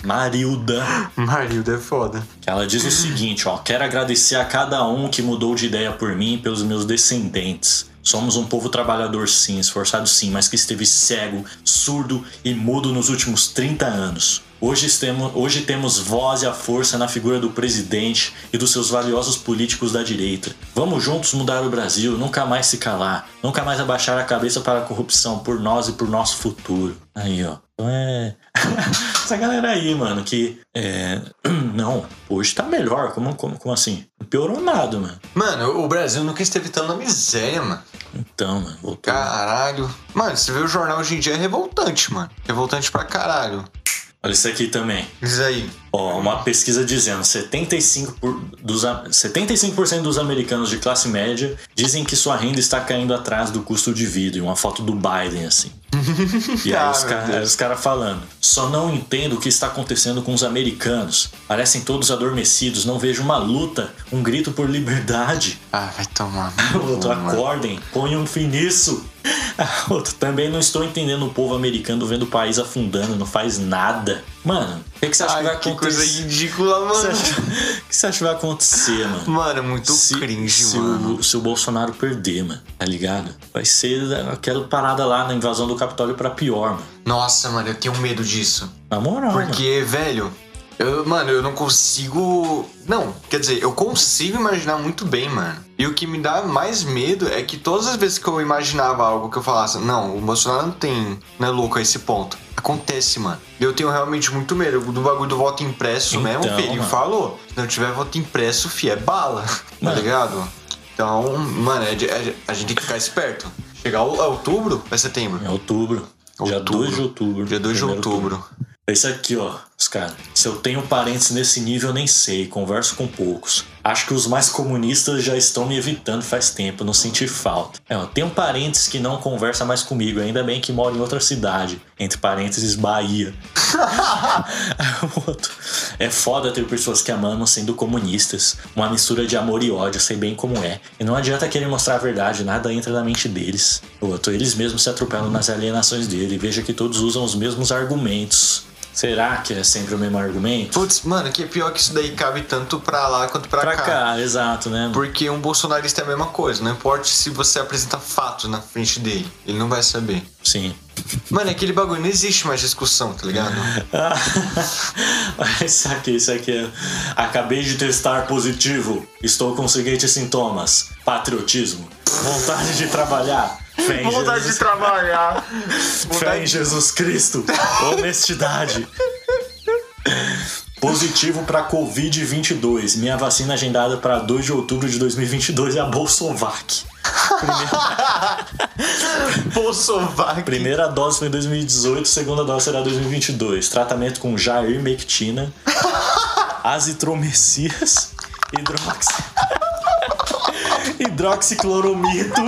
Speaker 2: Marilda.
Speaker 1: Marilda é foda.
Speaker 2: Que ela diz o seguinte, ó. Quero agradecer a cada um que mudou de ideia por mim e pelos meus descendentes. Somos um povo trabalhador sim, esforçado sim, mas que esteve cego, surdo e mudo nos últimos 30 anos. Hoje temos, hoje temos voz e a força na figura do presidente e dos seus valiosos políticos da direita. Vamos juntos mudar o Brasil, nunca mais se calar, nunca mais abaixar a cabeça para a corrupção por nós e por nosso futuro. Aí, ó. Então é. Essa galera aí, mano, que. É. Não, hoje tá melhor. Como, como, como assim? Não Piorou nada, mano.
Speaker 1: Mano, o Brasil nunca esteve tão na miséria, mano.
Speaker 2: Então, mano, voltou.
Speaker 1: Caralho. Mano, você vê o jornal hoje em dia é revoltante, mano. Revoltante pra caralho.
Speaker 2: Olha isso aqui também.
Speaker 1: Diz aí.
Speaker 2: Ó, uma pesquisa dizendo 75%, por- dos, a- 75 dos americanos de classe média dizem que sua renda está caindo atrás do custo de vida. E uma foto do Biden, assim. E aí
Speaker 1: Ah,
Speaker 2: os
Speaker 1: meu
Speaker 2: caras
Speaker 1: Deus.
Speaker 2: os cara falando. Só não entendo o que está acontecendo com os americanos. Parecem todos adormecidos. Não vejo uma luta, um grito por liberdade.
Speaker 1: Ah, vai tomar.
Speaker 2: O outro, acordem, ponham um fim nisso. A outra, também não estou entendendo o povo americano vendo o país afundando, não faz nada. Mano, o que, que você acha que vai
Speaker 1: Ai, que coisa
Speaker 2: acontecer?
Speaker 1: ridícula,
Speaker 2: O que você
Speaker 1: mano.
Speaker 2: acha- O que você acha que vai acontecer, mano?
Speaker 1: Mano, muito cringe,
Speaker 2: se
Speaker 1: mano.
Speaker 2: O, se o Bolsonaro perder, mano, tá ligado? Vai ser aquela parada lá na invasão do Capitólio pra pior, mano.
Speaker 1: Nossa, mano, eu tenho medo disso.
Speaker 2: Na moral, mano.
Speaker 1: Porque, velho, eu- mano, eu não consigo. Não, quer dizer, eu consigo imaginar muito bem, mano. E o que me dá mais medo é que todas as vezes que eu imaginava algo que eu falasse, não, o Bolsonaro não tem, não é louco a esse ponto. Acontece, mano. E eu tenho realmente muito medo do bagulho do voto impresso mesmo,
Speaker 2: Então,
Speaker 1: filho.
Speaker 2: mano.
Speaker 1: Falou. Se não tiver voto impresso, fi, é bala. Tá
Speaker 2: Mano.
Speaker 1: ligado? Então, mano, é de- é de- a gente tem que ficar esperto. Chegar o- é outubro? É setembro?
Speaker 2: É outubro. Dia
Speaker 1: Outubro.
Speaker 2: 2 de outubro.
Speaker 1: Dia 2 de
Speaker 2: primeiro turno.
Speaker 1: outubro.
Speaker 2: É Isso aqui, ó, os caras. Se eu tenho parentes nesse nível, nem sei. Converso com poucos. Acho que os mais comunistas já estão me evitando faz tempo, não senti falta. É, ó, tenho parentes que não conversam mais comigo, ainda bem que moram em outra cidade. Entre parênteses, Bahia. Aí o outro, é foda ter pessoas que amam sendo comunistas. Uma mistura de amor e ódio, sei bem como é. E não adianta querer mostrar a verdade, nada entra na mente deles. O outro, eles mesmos se atropelam nas alienações dele. Veja que todos usam os mesmos argumentos. Será que é sempre o mesmo argumento?
Speaker 1: Putz, mano, que é pior que isso daí cabe tanto pra lá quanto pra,
Speaker 2: Pra
Speaker 1: cá.
Speaker 2: cá, exato, né?
Speaker 1: Porque um bolsonarista é a mesma coisa, não importa se você apresenta fatos na frente dele, ele não vai saber.
Speaker 2: Sim.
Speaker 1: Mano, aquele bagulho não existe mais discussão, tá ligado?
Speaker 2: isso aqui, isso aqui é. Acabei de testar positivo. Estou com os seguintes sintomas: patriotismo, vontade de trabalhar, fé em Jesus,
Speaker 1: trabalhar.
Speaker 2: fé em Jesus Cristo, honestidade. Positivo para Covid-22. Minha vacina agendada para 2 de outubro de 2022 é a Bolsovac.
Speaker 1: Bolsovar.
Speaker 2: Primeira dose foi em 2018, segunda dose será 2022. Tratamento com Jair Mectina, azitromicias, hidroxi... hidroxicloromito.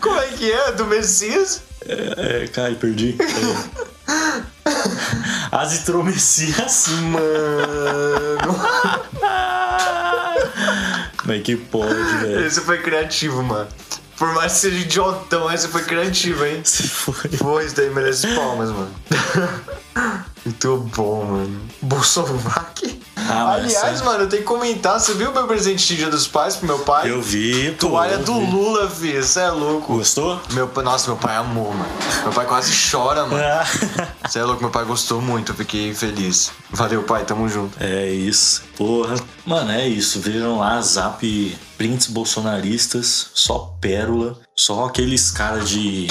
Speaker 1: Como é que é? Do Messias?
Speaker 2: É, cai, perdi. É. Peraí. Azitromicias.
Speaker 1: Mano.
Speaker 2: Mas que pode, velho.
Speaker 1: Esse foi criativo, mano. Por mais que seja idiotão, esse foi criativo, hein?
Speaker 2: Se foi.
Speaker 1: Pô, isso daí merece palmas, mano. Muito bom, mano. Bolsovac?
Speaker 2: Ah, mas
Speaker 1: Aliás,
Speaker 2: essa-
Speaker 1: mano, eu tenho que comentar. Você viu meu presente de Dia dos Pais pro meu pai?
Speaker 2: Eu vi, pô.
Speaker 1: Toalha
Speaker 2: eu
Speaker 1: do
Speaker 2: vi.
Speaker 1: Lula, filho. Você é louco.
Speaker 2: Gostou?
Speaker 1: Meu, pa- nossa, meu pai amou, mano. Meu pai quase chora, mano.
Speaker 2: Ah.
Speaker 1: Você é louco, meu pai gostou muito. Eu fiquei feliz. Valeu, pai. Tamo junto.
Speaker 2: É isso, porra. Mano, é isso. Vejam lá, zap prints bolsonaristas, só pérola, só aqueles caras de.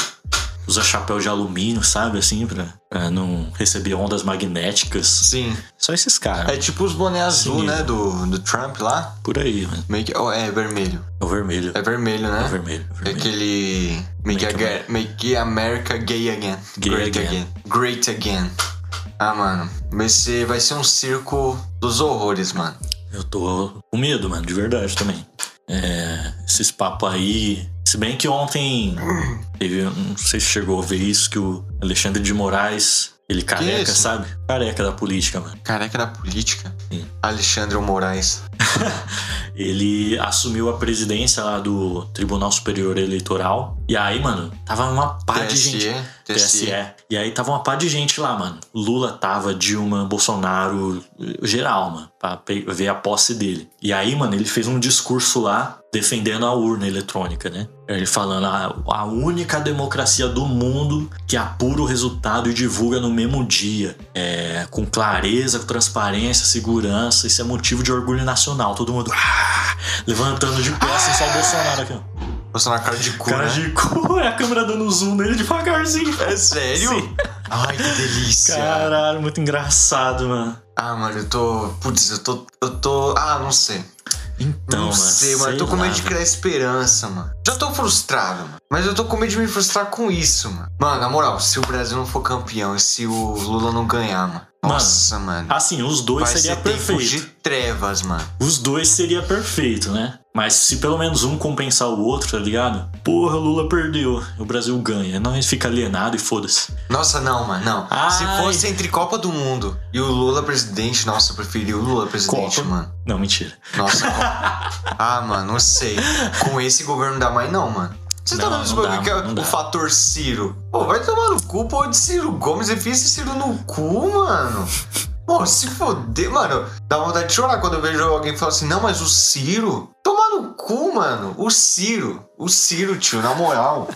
Speaker 2: usa chapéu de alumínio, sabe? Assim, pra, pra não receber ondas magnéticas.
Speaker 1: Sim.
Speaker 2: Só esses caras,
Speaker 1: É tipo os boné azul,
Speaker 2: Sim.
Speaker 1: né? Do, do Trump lá.
Speaker 2: por aí, mano.
Speaker 1: Meio que. Oh, é vermelho.
Speaker 2: É o vermelho.
Speaker 1: É vermelho,
Speaker 2: É o
Speaker 1: né?
Speaker 2: vermelho. é o
Speaker 1: É
Speaker 2: vermelho.
Speaker 1: aquele.
Speaker 2: Make
Speaker 1: Make, aga- Make America Gay Again.
Speaker 2: é Gay
Speaker 1: Great again.
Speaker 2: again.
Speaker 1: Great Again. Ah, mano. Vai ser, vai ser um circo dos horrores, mano.
Speaker 2: Eu tô com medo, mano, de verdade também. É, esses papos aí. Se bem que ontem teve, um, não sei se chegou a ver isso, que o Alexandre de Moraes, ele careca,
Speaker 1: isso?
Speaker 2: sabe? Careca da política, mano.
Speaker 1: Careca da política.
Speaker 2: Sim.
Speaker 1: Alexandre Moraes.
Speaker 2: Ele assumiu a presidência lá do Tribunal Superior Eleitoral. E aí, mano, tava uma pá de gente.
Speaker 1: TSE.
Speaker 2: TSE. E aí tava uma pá de gente lá, mano. Lula tava, Dilma, Bolsonaro, geral, mano, pra pe- ver a posse dele. E aí, mano, ele fez um discurso lá defendendo a urna eletrônica, né? Ele falando a, a única democracia do mundo que apura o resultado e divulga no mesmo dia. É, com clareza, com transparência, segurança. Isso é motivo de orgulho nacional. Todo mundo "Ah!", levantando de pé, assim, só o Bolsonaro aqui, ó.
Speaker 1: Você na cara de cu,
Speaker 2: Cara
Speaker 1: né?
Speaker 2: de cu, é a câmera dando zoom nele devagarzinho.
Speaker 1: É sério?
Speaker 2: Sim.
Speaker 1: Ai, que delícia.
Speaker 2: Caralho, muito engraçado, mano.
Speaker 1: Ah, mano, eu tô. Putz, eu tô. Eu tô. Ah, não sei.
Speaker 2: Então,
Speaker 1: não
Speaker 2: mano.
Speaker 1: sei, mano. Eu tô com
Speaker 2: lá,
Speaker 1: medo de
Speaker 2: velho.
Speaker 1: criar esperança, mano. Já tô frustrado, mano. Mas eu tô com medo de me frustrar com isso, mano. Mano, na moral, se o Brasil não for campeão e se o Lula não ganhar, mano.
Speaker 2: Mano,
Speaker 1: Nossa, mano.
Speaker 2: Assim, os dois
Speaker 1: Vai
Speaker 2: seria
Speaker 1: ser tempo
Speaker 2: perfeito.
Speaker 1: de trevas, mano.
Speaker 2: Os dois seria perfeito, né? Mas se pelo menos um compensar o outro, tá ligado? Porra, o Lula perdeu. O Brasil ganha. Não, ele fica alienado e foda-se.
Speaker 1: Nossa, não, mano, não. Se
Speaker 2: Ai.
Speaker 1: fosse entre Copa do Mundo e o Lula presidente, nossa, eu preferi o Lula presidente,
Speaker 2: Copa.
Speaker 1: mano.
Speaker 2: Não, mentira.
Speaker 1: Nossa, Copa. Ah, mano, não sei. Com esse governo dá mais não, mano. Você tá
Speaker 2: Não,
Speaker 1: dando esse
Speaker 2: não dá,
Speaker 1: bagulho que é
Speaker 2: mano, não
Speaker 1: o
Speaker 2: dá.
Speaker 1: fator Ciro. Pô, vai tomar no cu, pô, de Ciro Gomes. Enfia esse Ciro no cu, mano. Pô, se foder, mano. Dá vontade de chorar quando eu vejo alguém falar assim, não, mas o Ciro... Tomar no cu, mano. O Ciro. O Ciro, tio, na moral.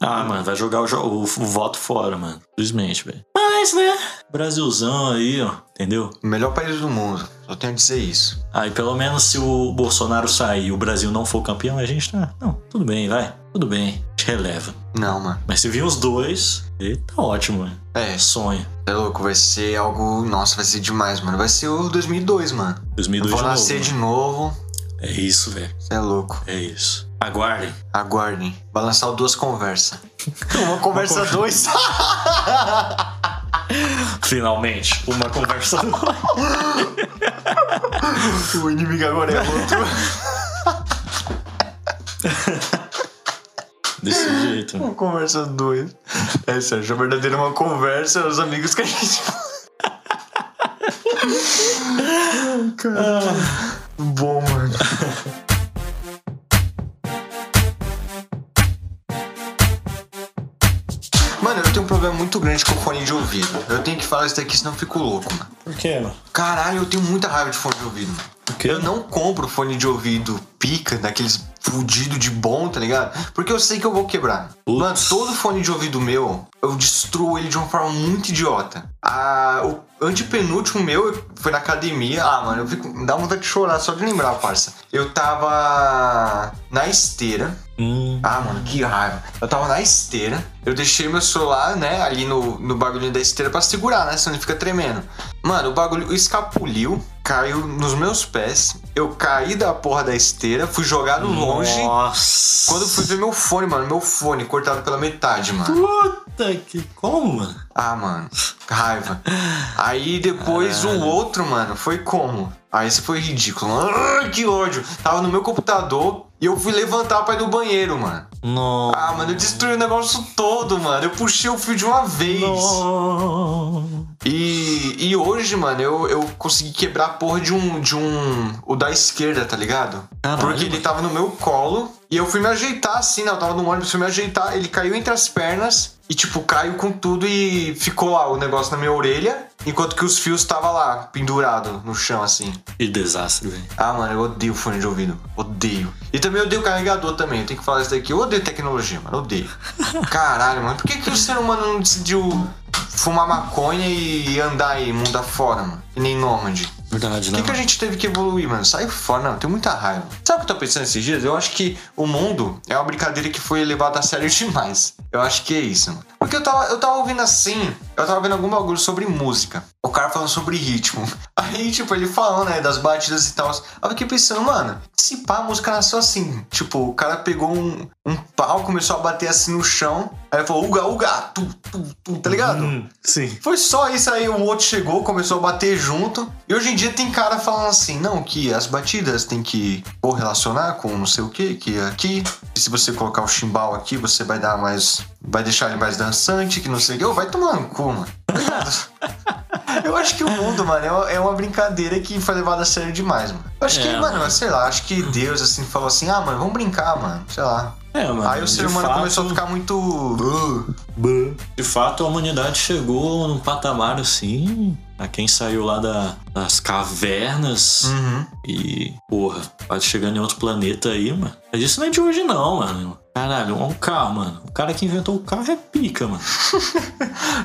Speaker 2: Ah, mano, vai jogar o, jo- o- o voto fora, mano. Simplesmente, velho. Mas, né? Brasilzão aí, ó. Entendeu?
Speaker 1: O melhor país do mundo. Só tenho a dizer isso.
Speaker 2: Aí pelo menos se o Bolsonaro sair e o Brasil não for campeão, a gente tá. Não, tudo bem, vai. Tudo bem. A gente releva.
Speaker 1: Não, mano.
Speaker 2: Mas se vir os dois, aí tá ótimo, mano.
Speaker 1: É,
Speaker 2: Sonho.
Speaker 1: é louco, vai ser algo. Nossa, vai ser demais, mano. Vai ser o 2002, mano.
Speaker 2: 2002
Speaker 1: Vou
Speaker 2: de novo,
Speaker 1: nascer
Speaker 2: né?
Speaker 1: de novo.
Speaker 2: É isso, velho.
Speaker 1: Cê é louco.
Speaker 2: É isso. Aguardem.
Speaker 1: Aguardem. Vai lançar o duas conversas. Uma conversa dois.
Speaker 2: Finalmente, uma conversa.
Speaker 1: o inimigo agora é outro.
Speaker 2: Desse jeito, mano.
Speaker 1: Uma conversa dois. É Sérgio, a verdadeira é uma conversa, os amigos que a gente. Cara, bom, mano. Mano, eu tenho um problema muito grande com fone de ouvido. Eu tenho que falar isso daqui, senão eu fico louco, mano.
Speaker 2: Por que, mano?
Speaker 1: Caralho, eu tenho muita raiva de fone de ouvido, mano.
Speaker 2: Por quê?
Speaker 1: Eu não compro fone de ouvido pica, daqueles fudido de bom, tá ligado? Porque eu sei que eu vou quebrar.
Speaker 2: Putz.
Speaker 1: Mano, todo fone de ouvido meu, eu destruo ele de uma forma muito idiota. Ah, o antepenúltimo meu foi na academia. Ah, mano, eu fico. Dá vontade de chorar só de lembrar, parça. Eu tava na esteira.
Speaker 2: Hum,
Speaker 1: Ah, mano, que raiva. Eu tava na esteira, eu deixei meu celular, né, ali no, no bagulho da esteira pra segurar, né, senão ele fica tremendo. Mano, o bagulho escapuliu, caiu nos meus pés, eu caí da porra da esteira, fui jogado longe.
Speaker 2: Nossa.
Speaker 1: Quando eu fui ver meu fone, mano, meu fone cortado pela metade, mano.
Speaker 2: Puta que. Como, mano?
Speaker 1: Ah, mano, raiva. Aí depois o outro, mano, foi como? Ah, esse foi ridículo. Ah, que ódio. Tava no meu computador e eu fui levantar pra ir no banheiro, mano.
Speaker 2: Nossa.
Speaker 1: Ah, mano, eu destruí o negócio todo, mano. Eu puxei o fio de uma vez. E, e hoje, mano, eu, eu consegui quebrar a porra de um, de um. O da esquerda, tá ligado?
Speaker 2: Caralho,
Speaker 1: Porque ele
Speaker 2: mano.
Speaker 1: tava no meu colo e eu fui me ajeitar assim, né? Eu tava no ônibus, fui me ajeitar. Ele caiu entre as pernas e, tipo, caiu com tudo e ficou lá o negócio na minha orelha. Enquanto que os fios tava lá, pendurado no chão, assim.
Speaker 2: Que desastre, velho.
Speaker 1: Ah, mano, eu odeio fone de ouvido. Odeio. E também odeio carregador também. Eu tenho que falar isso daqui. Eu odeio tecnologia, mano. Eu Odeio. Caralho, mano. Por que, que o ser humano não decidiu fumar maconha e andar aí, mundo afora, mano? Que nem nômade.
Speaker 2: Verdade,
Speaker 1: Por
Speaker 2: né?
Speaker 1: que, que a
Speaker 2: mano?
Speaker 1: gente teve que evoluir, mano? Sai fora, não, eu tenho muita raiva. Sabe o que eu tô pensando esses dias? Eu acho que o mundo é uma brincadeira que foi levada a sério demais. Eu acho que é isso, mano. Porque eu tava, eu tava ouvindo assim, eu tava vendo algum bagulho sobre música. O cara falando sobre ritmo. Aí, tipo, ele falando, né, das batidas e tal. Aí eu fiquei pensando, mano, se pá, a música nasceu assim. Tipo, o cara pegou um, um pau, começou a bater assim no chão. Aí ele falou, uga, uga, tu, tu, tu, tá ligado?
Speaker 3: Hum, sim.
Speaker 1: Foi só isso aí, o outro chegou, começou a bater junto. E hoje em dia tem cara falando assim, não, que as batidas tem que correlacionar com não sei o que, que aqui. E se você colocar o chimbal aqui, você vai dar mais. Vai deixar ele mais dançante, que não sei o que. Ô, vai tomar no cu, mano. Eu acho que o mundo, mano, é uma- é uma brincadeira que foi levada a sério demais, mano. Eu acho que,
Speaker 2: É,
Speaker 1: mano,
Speaker 2: mano.
Speaker 1: sei lá, acho que Deus, assim, falou assim, ah, mano, vamos brincar, mano, sei lá.
Speaker 2: É, mano.
Speaker 1: aí o ser
Speaker 2: de
Speaker 1: humano
Speaker 2: fato-
Speaker 1: começou a ficar muito... "Uh,
Speaker 2: De fato, a humanidade chegou num patamar assim. A quem saiu lá da- das cavernas
Speaker 1: Uhum.
Speaker 2: e, porra, pode chegando em outro planeta aí, mano. Mas isso não é de hoje, não, mano. Caralho, olha o carro, mano. O cara que inventou o carro é pica, mano.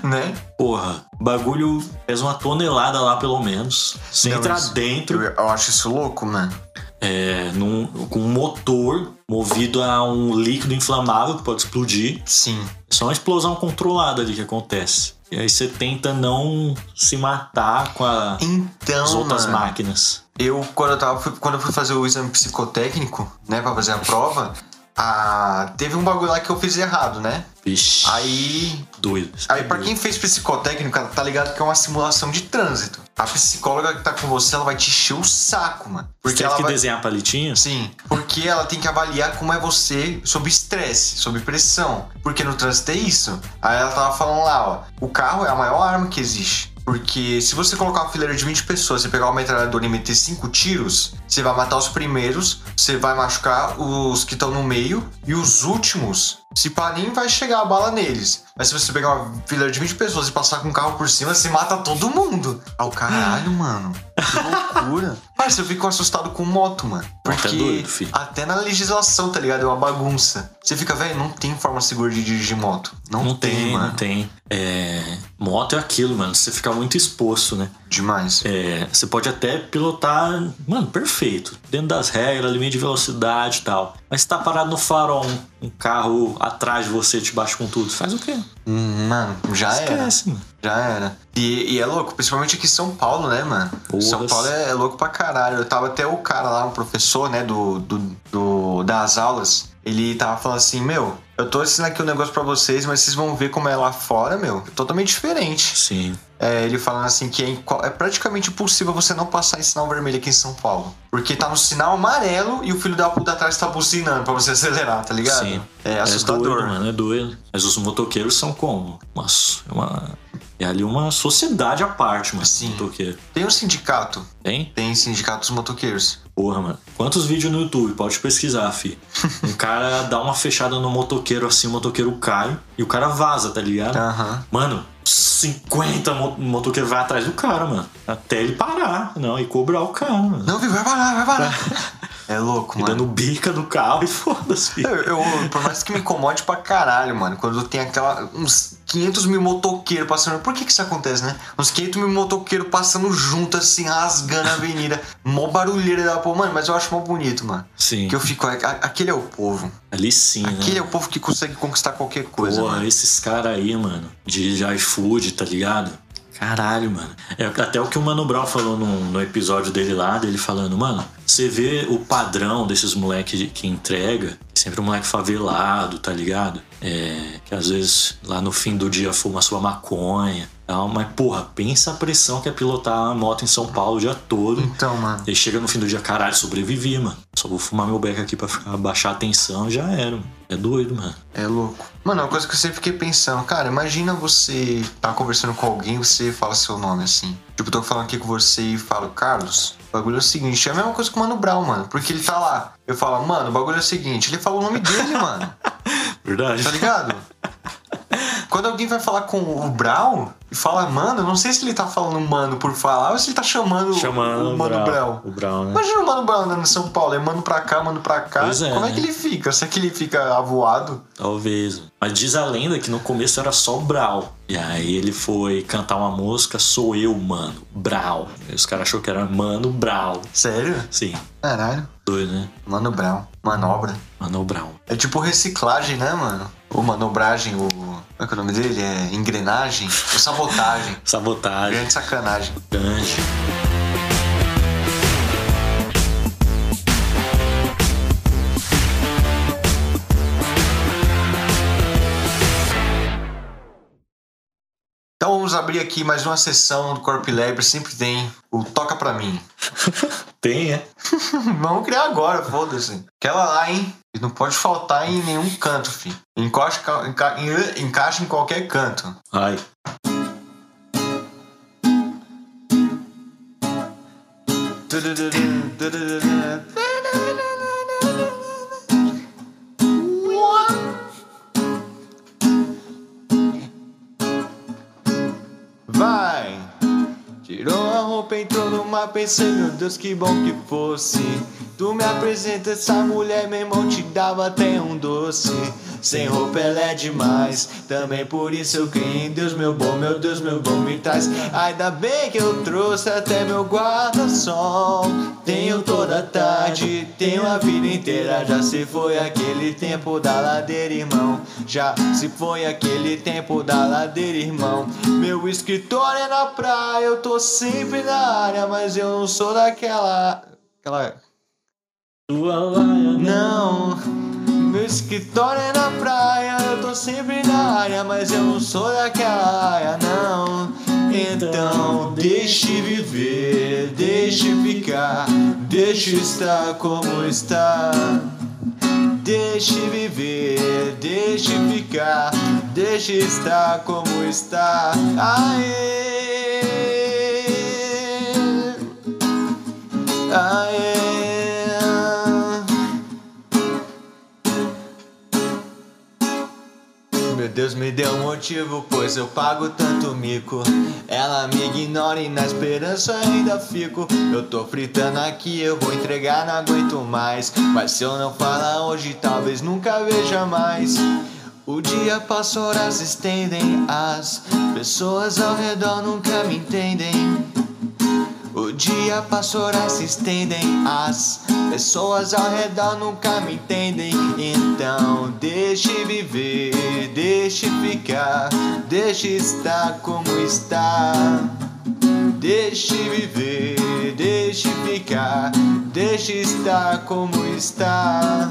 Speaker 1: Né?
Speaker 2: Porra, o bagulho pesa uma tonelada lá, pelo menos. Você
Speaker 1: Não,
Speaker 2: entra
Speaker 1: mas- Eu,
Speaker 2: dentro
Speaker 1: eu acho isso louco, mano.
Speaker 2: é, num- com um motor movido a um líquido inflamável que pode explodir.
Speaker 1: Sim.
Speaker 2: É só uma explosão controlada ali que acontece. E aí você tenta não se matar com a-
Speaker 1: Então,
Speaker 2: as outras
Speaker 1: mano,
Speaker 2: máquinas.
Speaker 1: eu quando eu tava fui- quando eu fui fazer o exame psicotécnico, né, Pra fazer a prova, a- teve um bagulho lá que eu fiz errado, né?
Speaker 2: Vixe,
Speaker 1: Aí,
Speaker 2: doido.
Speaker 1: aí para quem fez psicotécnico, cara, tá ligado que é uma simulação de trânsito. A psicóloga que tá com você, ela vai te encher o saco, mano,
Speaker 2: Porque
Speaker 1: porque
Speaker 2: teve
Speaker 1: ela
Speaker 2: que
Speaker 1: vai
Speaker 2: desenhar palitinhos?
Speaker 1: Sim, porque ela tem que avaliar como é você sob estresse, sob pressão. Porque no trânsito é isso. Aí ela tava falando lá, ó, o carro é a maior arma que existe. Porque se você colocar uma fileira de 20 pessoas, você pegar uma metralhadora e meter 5 tiros, você vai matar os primeiros, você vai machucar os que estão no meio e os últimos, se pá, nem vai chegar a bala neles. Mas se você pegar uma fileira de 20 pessoas e passar com um carro por cima, você mata todo mundo. Ah, o caralho, mano. Que loucura. Parça, eu fico assustado com moto, mano.
Speaker 2: Mas tá
Speaker 1: Porque
Speaker 2: doido, fi.
Speaker 1: até na legislação, tá ligado? É uma bagunça. Você fica, velho, não tem forma segura de dirigir moto. Não,
Speaker 2: Não
Speaker 1: tem,
Speaker 2: tem,
Speaker 1: mano.
Speaker 2: não tem. É, moto é aquilo, mano. Você fica muito exposto, né?
Speaker 1: Demais.
Speaker 2: É, você pode até pilotar, mano, perfeito. Dentro das regras, limite de velocidade e tal. Mas se tá parado no farol, um, um carro atrás de você te bate com tudo, faz o quê?
Speaker 1: Hum, Mano, já era.
Speaker 2: Esquece, mano.
Speaker 1: Já era. E, e é louco, principalmente aqui em São Paulo, né, mano?
Speaker 2: Porra.
Speaker 1: São Paulo é, é louco pra caralho. Eu tava até o cara lá, um professor, né, do, do, do- das aulas, ele tava falando assim, meu, eu tô ensinando aqui um negócio pra vocês, mas vocês vão ver como é lá fora, meu. Totalmente diferente.
Speaker 2: Sim.
Speaker 1: É, ele falando assim que é, inco- é praticamente impossível você não passar em sinal vermelho aqui em São Paulo. Porque tá no sinal amarelo e o filho da puta atrás tá buzinando pra você acelerar, tá ligado?
Speaker 2: Sim.
Speaker 1: É
Speaker 2: É
Speaker 1: assustador.
Speaker 2: doido, mano, é doido. Mas os motoqueiros são como? Nossa, é uma. É ali uma sociedade à parte, mano.
Speaker 1: Sim.
Speaker 2: Motoqueiro.
Speaker 1: Tem um sindicato,
Speaker 2: Tem?
Speaker 1: tem sindicato dos motoqueiros.
Speaker 2: Porra, mano. Quantos vídeos no YouTube? Pode pesquisar, fi. Um cara dá uma fechada no motoqueiro assim, o motoqueiro cai e o cara vaza, tá ligado?
Speaker 1: Aham.
Speaker 2: Mano, 50 mo motoqueiros vai atrás do cara, mano. Até ele parar, não, e cobrar o cara, mano.
Speaker 1: Não, viu? Vai parar, vai parar. é louco,
Speaker 2: E
Speaker 1: mano.
Speaker 2: dando bica no carro e foda-se, fi.
Speaker 1: Eu, eu- por mais que me incomode pra caralho, mano, quando tem aquela. uns 500 mil motoqueiros passando. Por que que isso acontece, né? Uns 500 mil motoqueiros passando junto, assim, rasgando a avenida. Mó barulheira da porra. Mano, mas eu acho mó bonito, mano.
Speaker 2: Sim.
Speaker 1: Que eu fico. a- a- Aquele é o povo.
Speaker 2: Ali sim, né?
Speaker 1: Aquele é o povo que consegue conquistar qualquer coisa.
Speaker 2: Porra,
Speaker 1: mano.
Speaker 2: esses caras aí, mano, de de iFood, tá ligado? Caralho, mano. É até o que o Mano Brown falou no, no episódio dele lá, dele falando, mano, você vê o padrão desses moleques que entrega, sempre um moleque favelado, tá ligado? É, que às vezes lá no fim do dia fuma sua maconha e tal, mas porra, pensa a pressão que é pilotar uma moto em São Paulo o dia todo.
Speaker 1: Então, mano.
Speaker 2: E aí chega no fim do dia, caralho, sobrevivi, mano. Só vou fumar meu beck aqui pra ficar- baixar a tensão, já era. mano. É doido, mano.
Speaker 1: É louco. Mano, é uma coisa que eu sempre fiquei pensando, cara, imagina você tá conversando com alguém e você fala seu nome assim. Tipo, eu tô falando aqui com você e falo, Carlos, o bagulho é o seguinte, é a mesma coisa que o Mano Brown, mano. Porque ele tá lá. Eu falo, mano, o bagulho é o seguinte, ele fala o nome dele, mano.
Speaker 2: Verdade.
Speaker 1: Tá ligado? Quando alguém vai falar com o Brau e fala mano, eu não sei se ele tá falando mano por falar ou se ele tá chamando,
Speaker 2: Chamando
Speaker 1: o Mano Brau.
Speaker 2: O Brown, né?
Speaker 1: Imagina o Mano Brown andando em São Paulo, é mano pra cá, mano pra cá.
Speaker 2: Pois é,
Speaker 1: Como é
Speaker 2: né?
Speaker 1: que ele fica? Será que ele fica avoado?
Speaker 2: Talvez. Mas diz a lenda que no começo era só o Brau. E aí ele foi cantar uma música, sou eu, mano. Brau. E os caras achou que era Mano Brau.
Speaker 1: Sério?
Speaker 2: Sim,
Speaker 1: Caralho.
Speaker 2: doido, né?
Speaker 1: Mano Brown, manobra.
Speaker 2: Mano Brau.
Speaker 1: É tipo reciclagem, né, mano? Ou manobragem, o. Como é que é o nome dele? É engrenagem? Ou sabotagem.
Speaker 2: Sabotagem.
Speaker 1: Grande sacanagem.
Speaker 2: Grande.
Speaker 1: Então vamos abrir aqui mais uma sessão do Corp Lab, sempre tem o Toca Pra Mim.
Speaker 2: Tem, é?
Speaker 1: vamos criar agora, foda-se. Aquela lá, hein? Que Não pode faltar em nenhum canto, fi. Encosta, ca- enca- em- encaixa em qualquer canto.
Speaker 2: Ai.
Speaker 1: Vai! Tirou a roupa, entrou no mar, pensei, meu Deus, que bom que fosse. Tu me apresenta essa mulher, meu irmão, te dava até um doce. Sem roupa ela é demais, também por isso eu criei em Deus, meu bom, meu Deus, meu bom me traz. Ainda bem que eu trouxe até meu guarda-sol. Tenho toda a tarde, tenho a vida inteira. Já se foi aquele tempo da ladeira, irmão. Já se foi aquele tempo da ladeira, irmão. Meu escritório é na praia, eu tô sempre na área, mas eu não sou daquela. Aquela.
Speaker 2: Tua laia.
Speaker 1: Não, meu escritório é na praia, eu tô sempre na área, mas eu não sou daquela área, não. Então, deixe viver, deixe ficar, deixe estar como está. Deixe viver, deixe ficar, deixe estar como está. Aê! Aê. Meu Deus me deu um motivo, pois eu pago tanto mico. Ela me ignora e na esperança eu ainda fico. Eu tô fritando aqui, eu vou entregar, não aguento mais. Mas se eu não falar hoje, talvez nunca veja mais. O dia passa, horas estendem, as pessoas ao redor nunca me entendem. O dia passa, horas se estendem, as pessoas ao redor nunca me entendem. Então deixe viver, deixe ficar, deixe estar como está. Deixe viver, deixe ficar, deixe estar como está.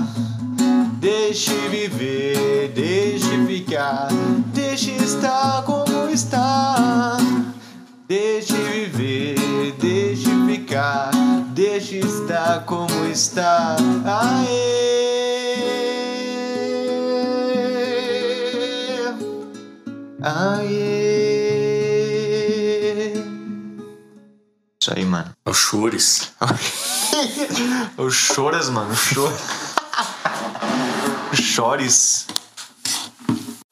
Speaker 1: Deixe viver, deixe ficar, deixe estar como está. Deixe viver, deixe ficar, deixe estar como está. Aê! Aê! Isso aí, mano.
Speaker 2: É o Chores.
Speaker 1: O choras, mano. Chor... Chores.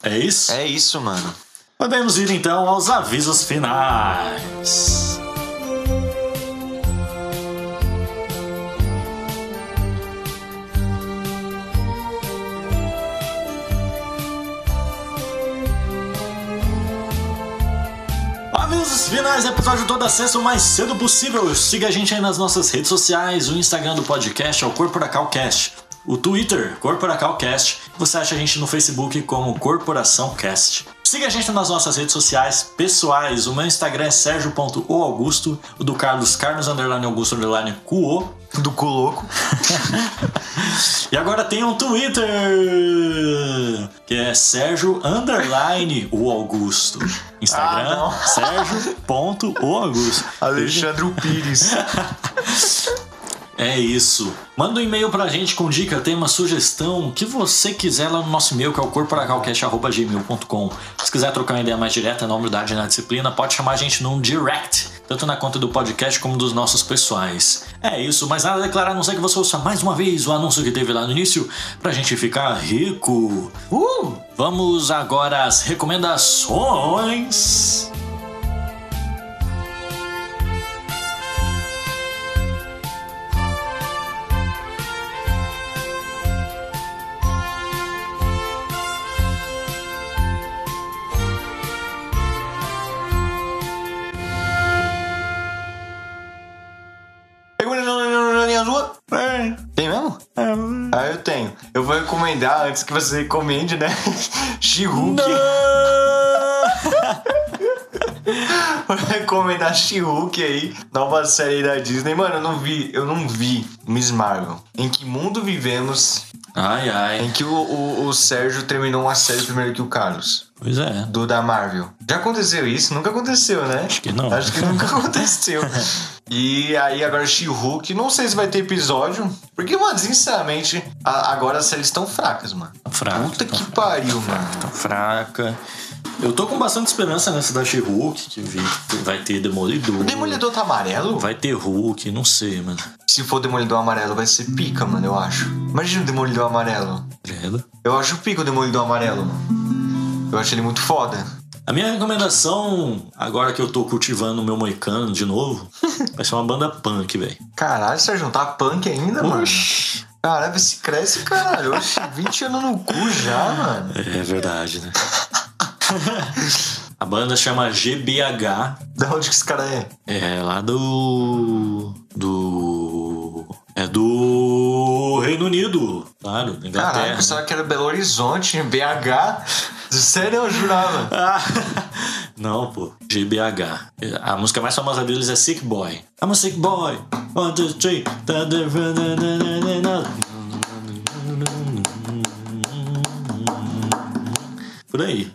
Speaker 2: É isso?
Speaker 1: É isso, mano.
Speaker 2: Podemos ir então aos avisos finais. Avisos finais, episódio todo acesso o mais cedo possível. Siga a gente aí nas nossas redes sociais, o Instagram do podcast é o CorporacalCast, o Twitter, CorporacalCast. Você acha a gente no Facebook como CorporaçãoCast. Siga a gente nas nossas redes sociais pessoais. O meu Instagram é sergio.oaugusto, o do Carlos Carlos underline Augusto underline QO.
Speaker 1: Do cu louco.
Speaker 2: E agora tem um Twitter que é Sérgio Underline o Augusto.
Speaker 1: Ah,
Speaker 2: Instagram
Speaker 1: não.
Speaker 2: Sérgio ponto o Augusto.
Speaker 1: Alexandre Pires.
Speaker 2: É isso. Manda um e-mail pra gente com dica, tema, sugestão, o que você quiser lá no nosso e-mail, que é o corporacalcast.gmail.com. Se quiser trocar uma ideia mais direta na humildade e na disciplina, pode chamar a gente num direct, tanto na conta do podcast como dos nossos pessoais. É isso, mas nada a declarar, a não ser que você ouça mais uma vez o anúncio que teve lá no início, pra gente ficar rico. Uh! Vamos agora às recomendações.
Speaker 1: Tem mesmo? Ah, eu tenho. Eu vou recomendar, antes que você recomende, né? She-Hulk. Vou recomendar She-Hulk aí, nova série da Disney. Mano, eu não vi, eu não vi Miss Marvel. Em que mundo vivemos
Speaker 2: Ai, ai.
Speaker 1: em que o, o, o Sérgio terminou uma série primeiro que o Carlos?
Speaker 2: Pois é.
Speaker 1: Do da Marvel. Já aconteceu isso? Nunca aconteceu, né?
Speaker 2: Acho que não.
Speaker 1: Acho que nunca aconteceu. E aí agora She-Hulk, não sei se vai ter episódio, porque, mano, sinceramente, a- agora as séries estão fracas, mano.
Speaker 2: Fraca,
Speaker 1: Puta
Speaker 2: tão
Speaker 1: que
Speaker 2: fraca,
Speaker 1: pariu,
Speaker 2: fraca,
Speaker 1: mano.
Speaker 2: tão Tá fraca. Eu tô com bastante esperança nessa da She-Hulk, que vi- vai ter Demolidor.
Speaker 1: O Demolidor tá amarelo?
Speaker 2: Vai ter Hulk, não sei, mano.
Speaker 1: Se for Demolidor amarelo, vai ser pica, mano, eu acho. Imagina o Demolidor amarelo.
Speaker 2: Credo.
Speaker 1: Eu acho pica o Demolidor amarelo, mano. Eu acho ele muito foda.
Speaker 2: A minha recomendação, agora que eu tô cultivando o meu moicano de novo, vai ser uma banda punk, velho.
Speaker 1: Caralho, Sérgio, tá punk ainda, mano? Caralho, se cresce, caralho. Oxe, 20 anos no cu já, mano.
Speaker 2: É verdade, né? A banda chama GBH,
Speaker 1: Da onde que esse cara é?
Speaker 2: É lá do. Do. É do Reino Unido, claro, da
Speaker 1: Caralho, eu
Speaker 2: Inglaterra.
Speaker 1: pensava que era Belo Horizonte, BH. Sério, eu jurava.
Speaker 2: Ah, Não, pô, GBH. A música mais famosa deles é Sick Boy. I'm a Sick Boy. One, two, three. Da, da, da, da, da, da, da. Por aí.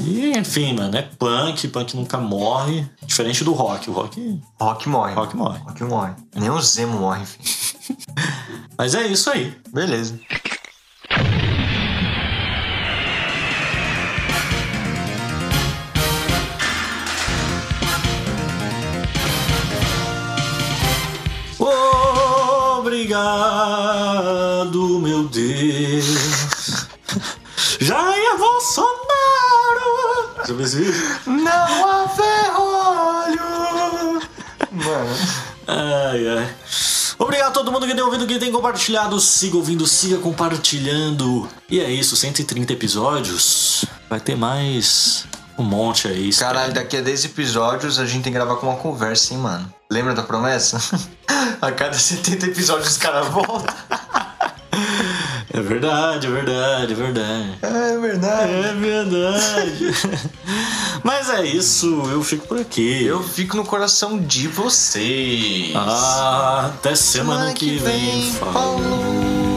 Speaker 2: E, enfim, mano, é punk, punk nunca morre. Diferente do rock. O rock,
Speaker 1: Rock morre.
Speaker 2: rock morre.
Speaker 1: Rock morre. Nem o Zemo morre, enfim.
Speaker 2: Mas é isso aí.
Speaker 1: Beleza.
Speaker 2: Obrigado, meu Deus. Jair Bolsonaro! Já fez isso?
Speaker 1: Não há ferrolho. Mano,
Speaker 2: Ai, ai. Obrigado a todo mundo que tem ouvido, que tem compartilhado. Siga ouvindo, siga compartilhando. E é isso, 130 episódios. Vai ter mais um monte aí.
Speaker 1: caralho, daqui a 10 episódios a gente tem que gravar com uma conversa, hein, mano. Lembra da promessa? a cada 70 episódios os caras voltam.
Speaker 2: É verdade, é verdade, é verdade.
Speaker 1: É verdade.
Speaker 2: É verdade. Mas é isso, eu fico por aqui.
Speaker 1: Eu fico no coração de vocês.
Speaker 2: Ah, até semana que vem. Falou.
Speaker 1: falou.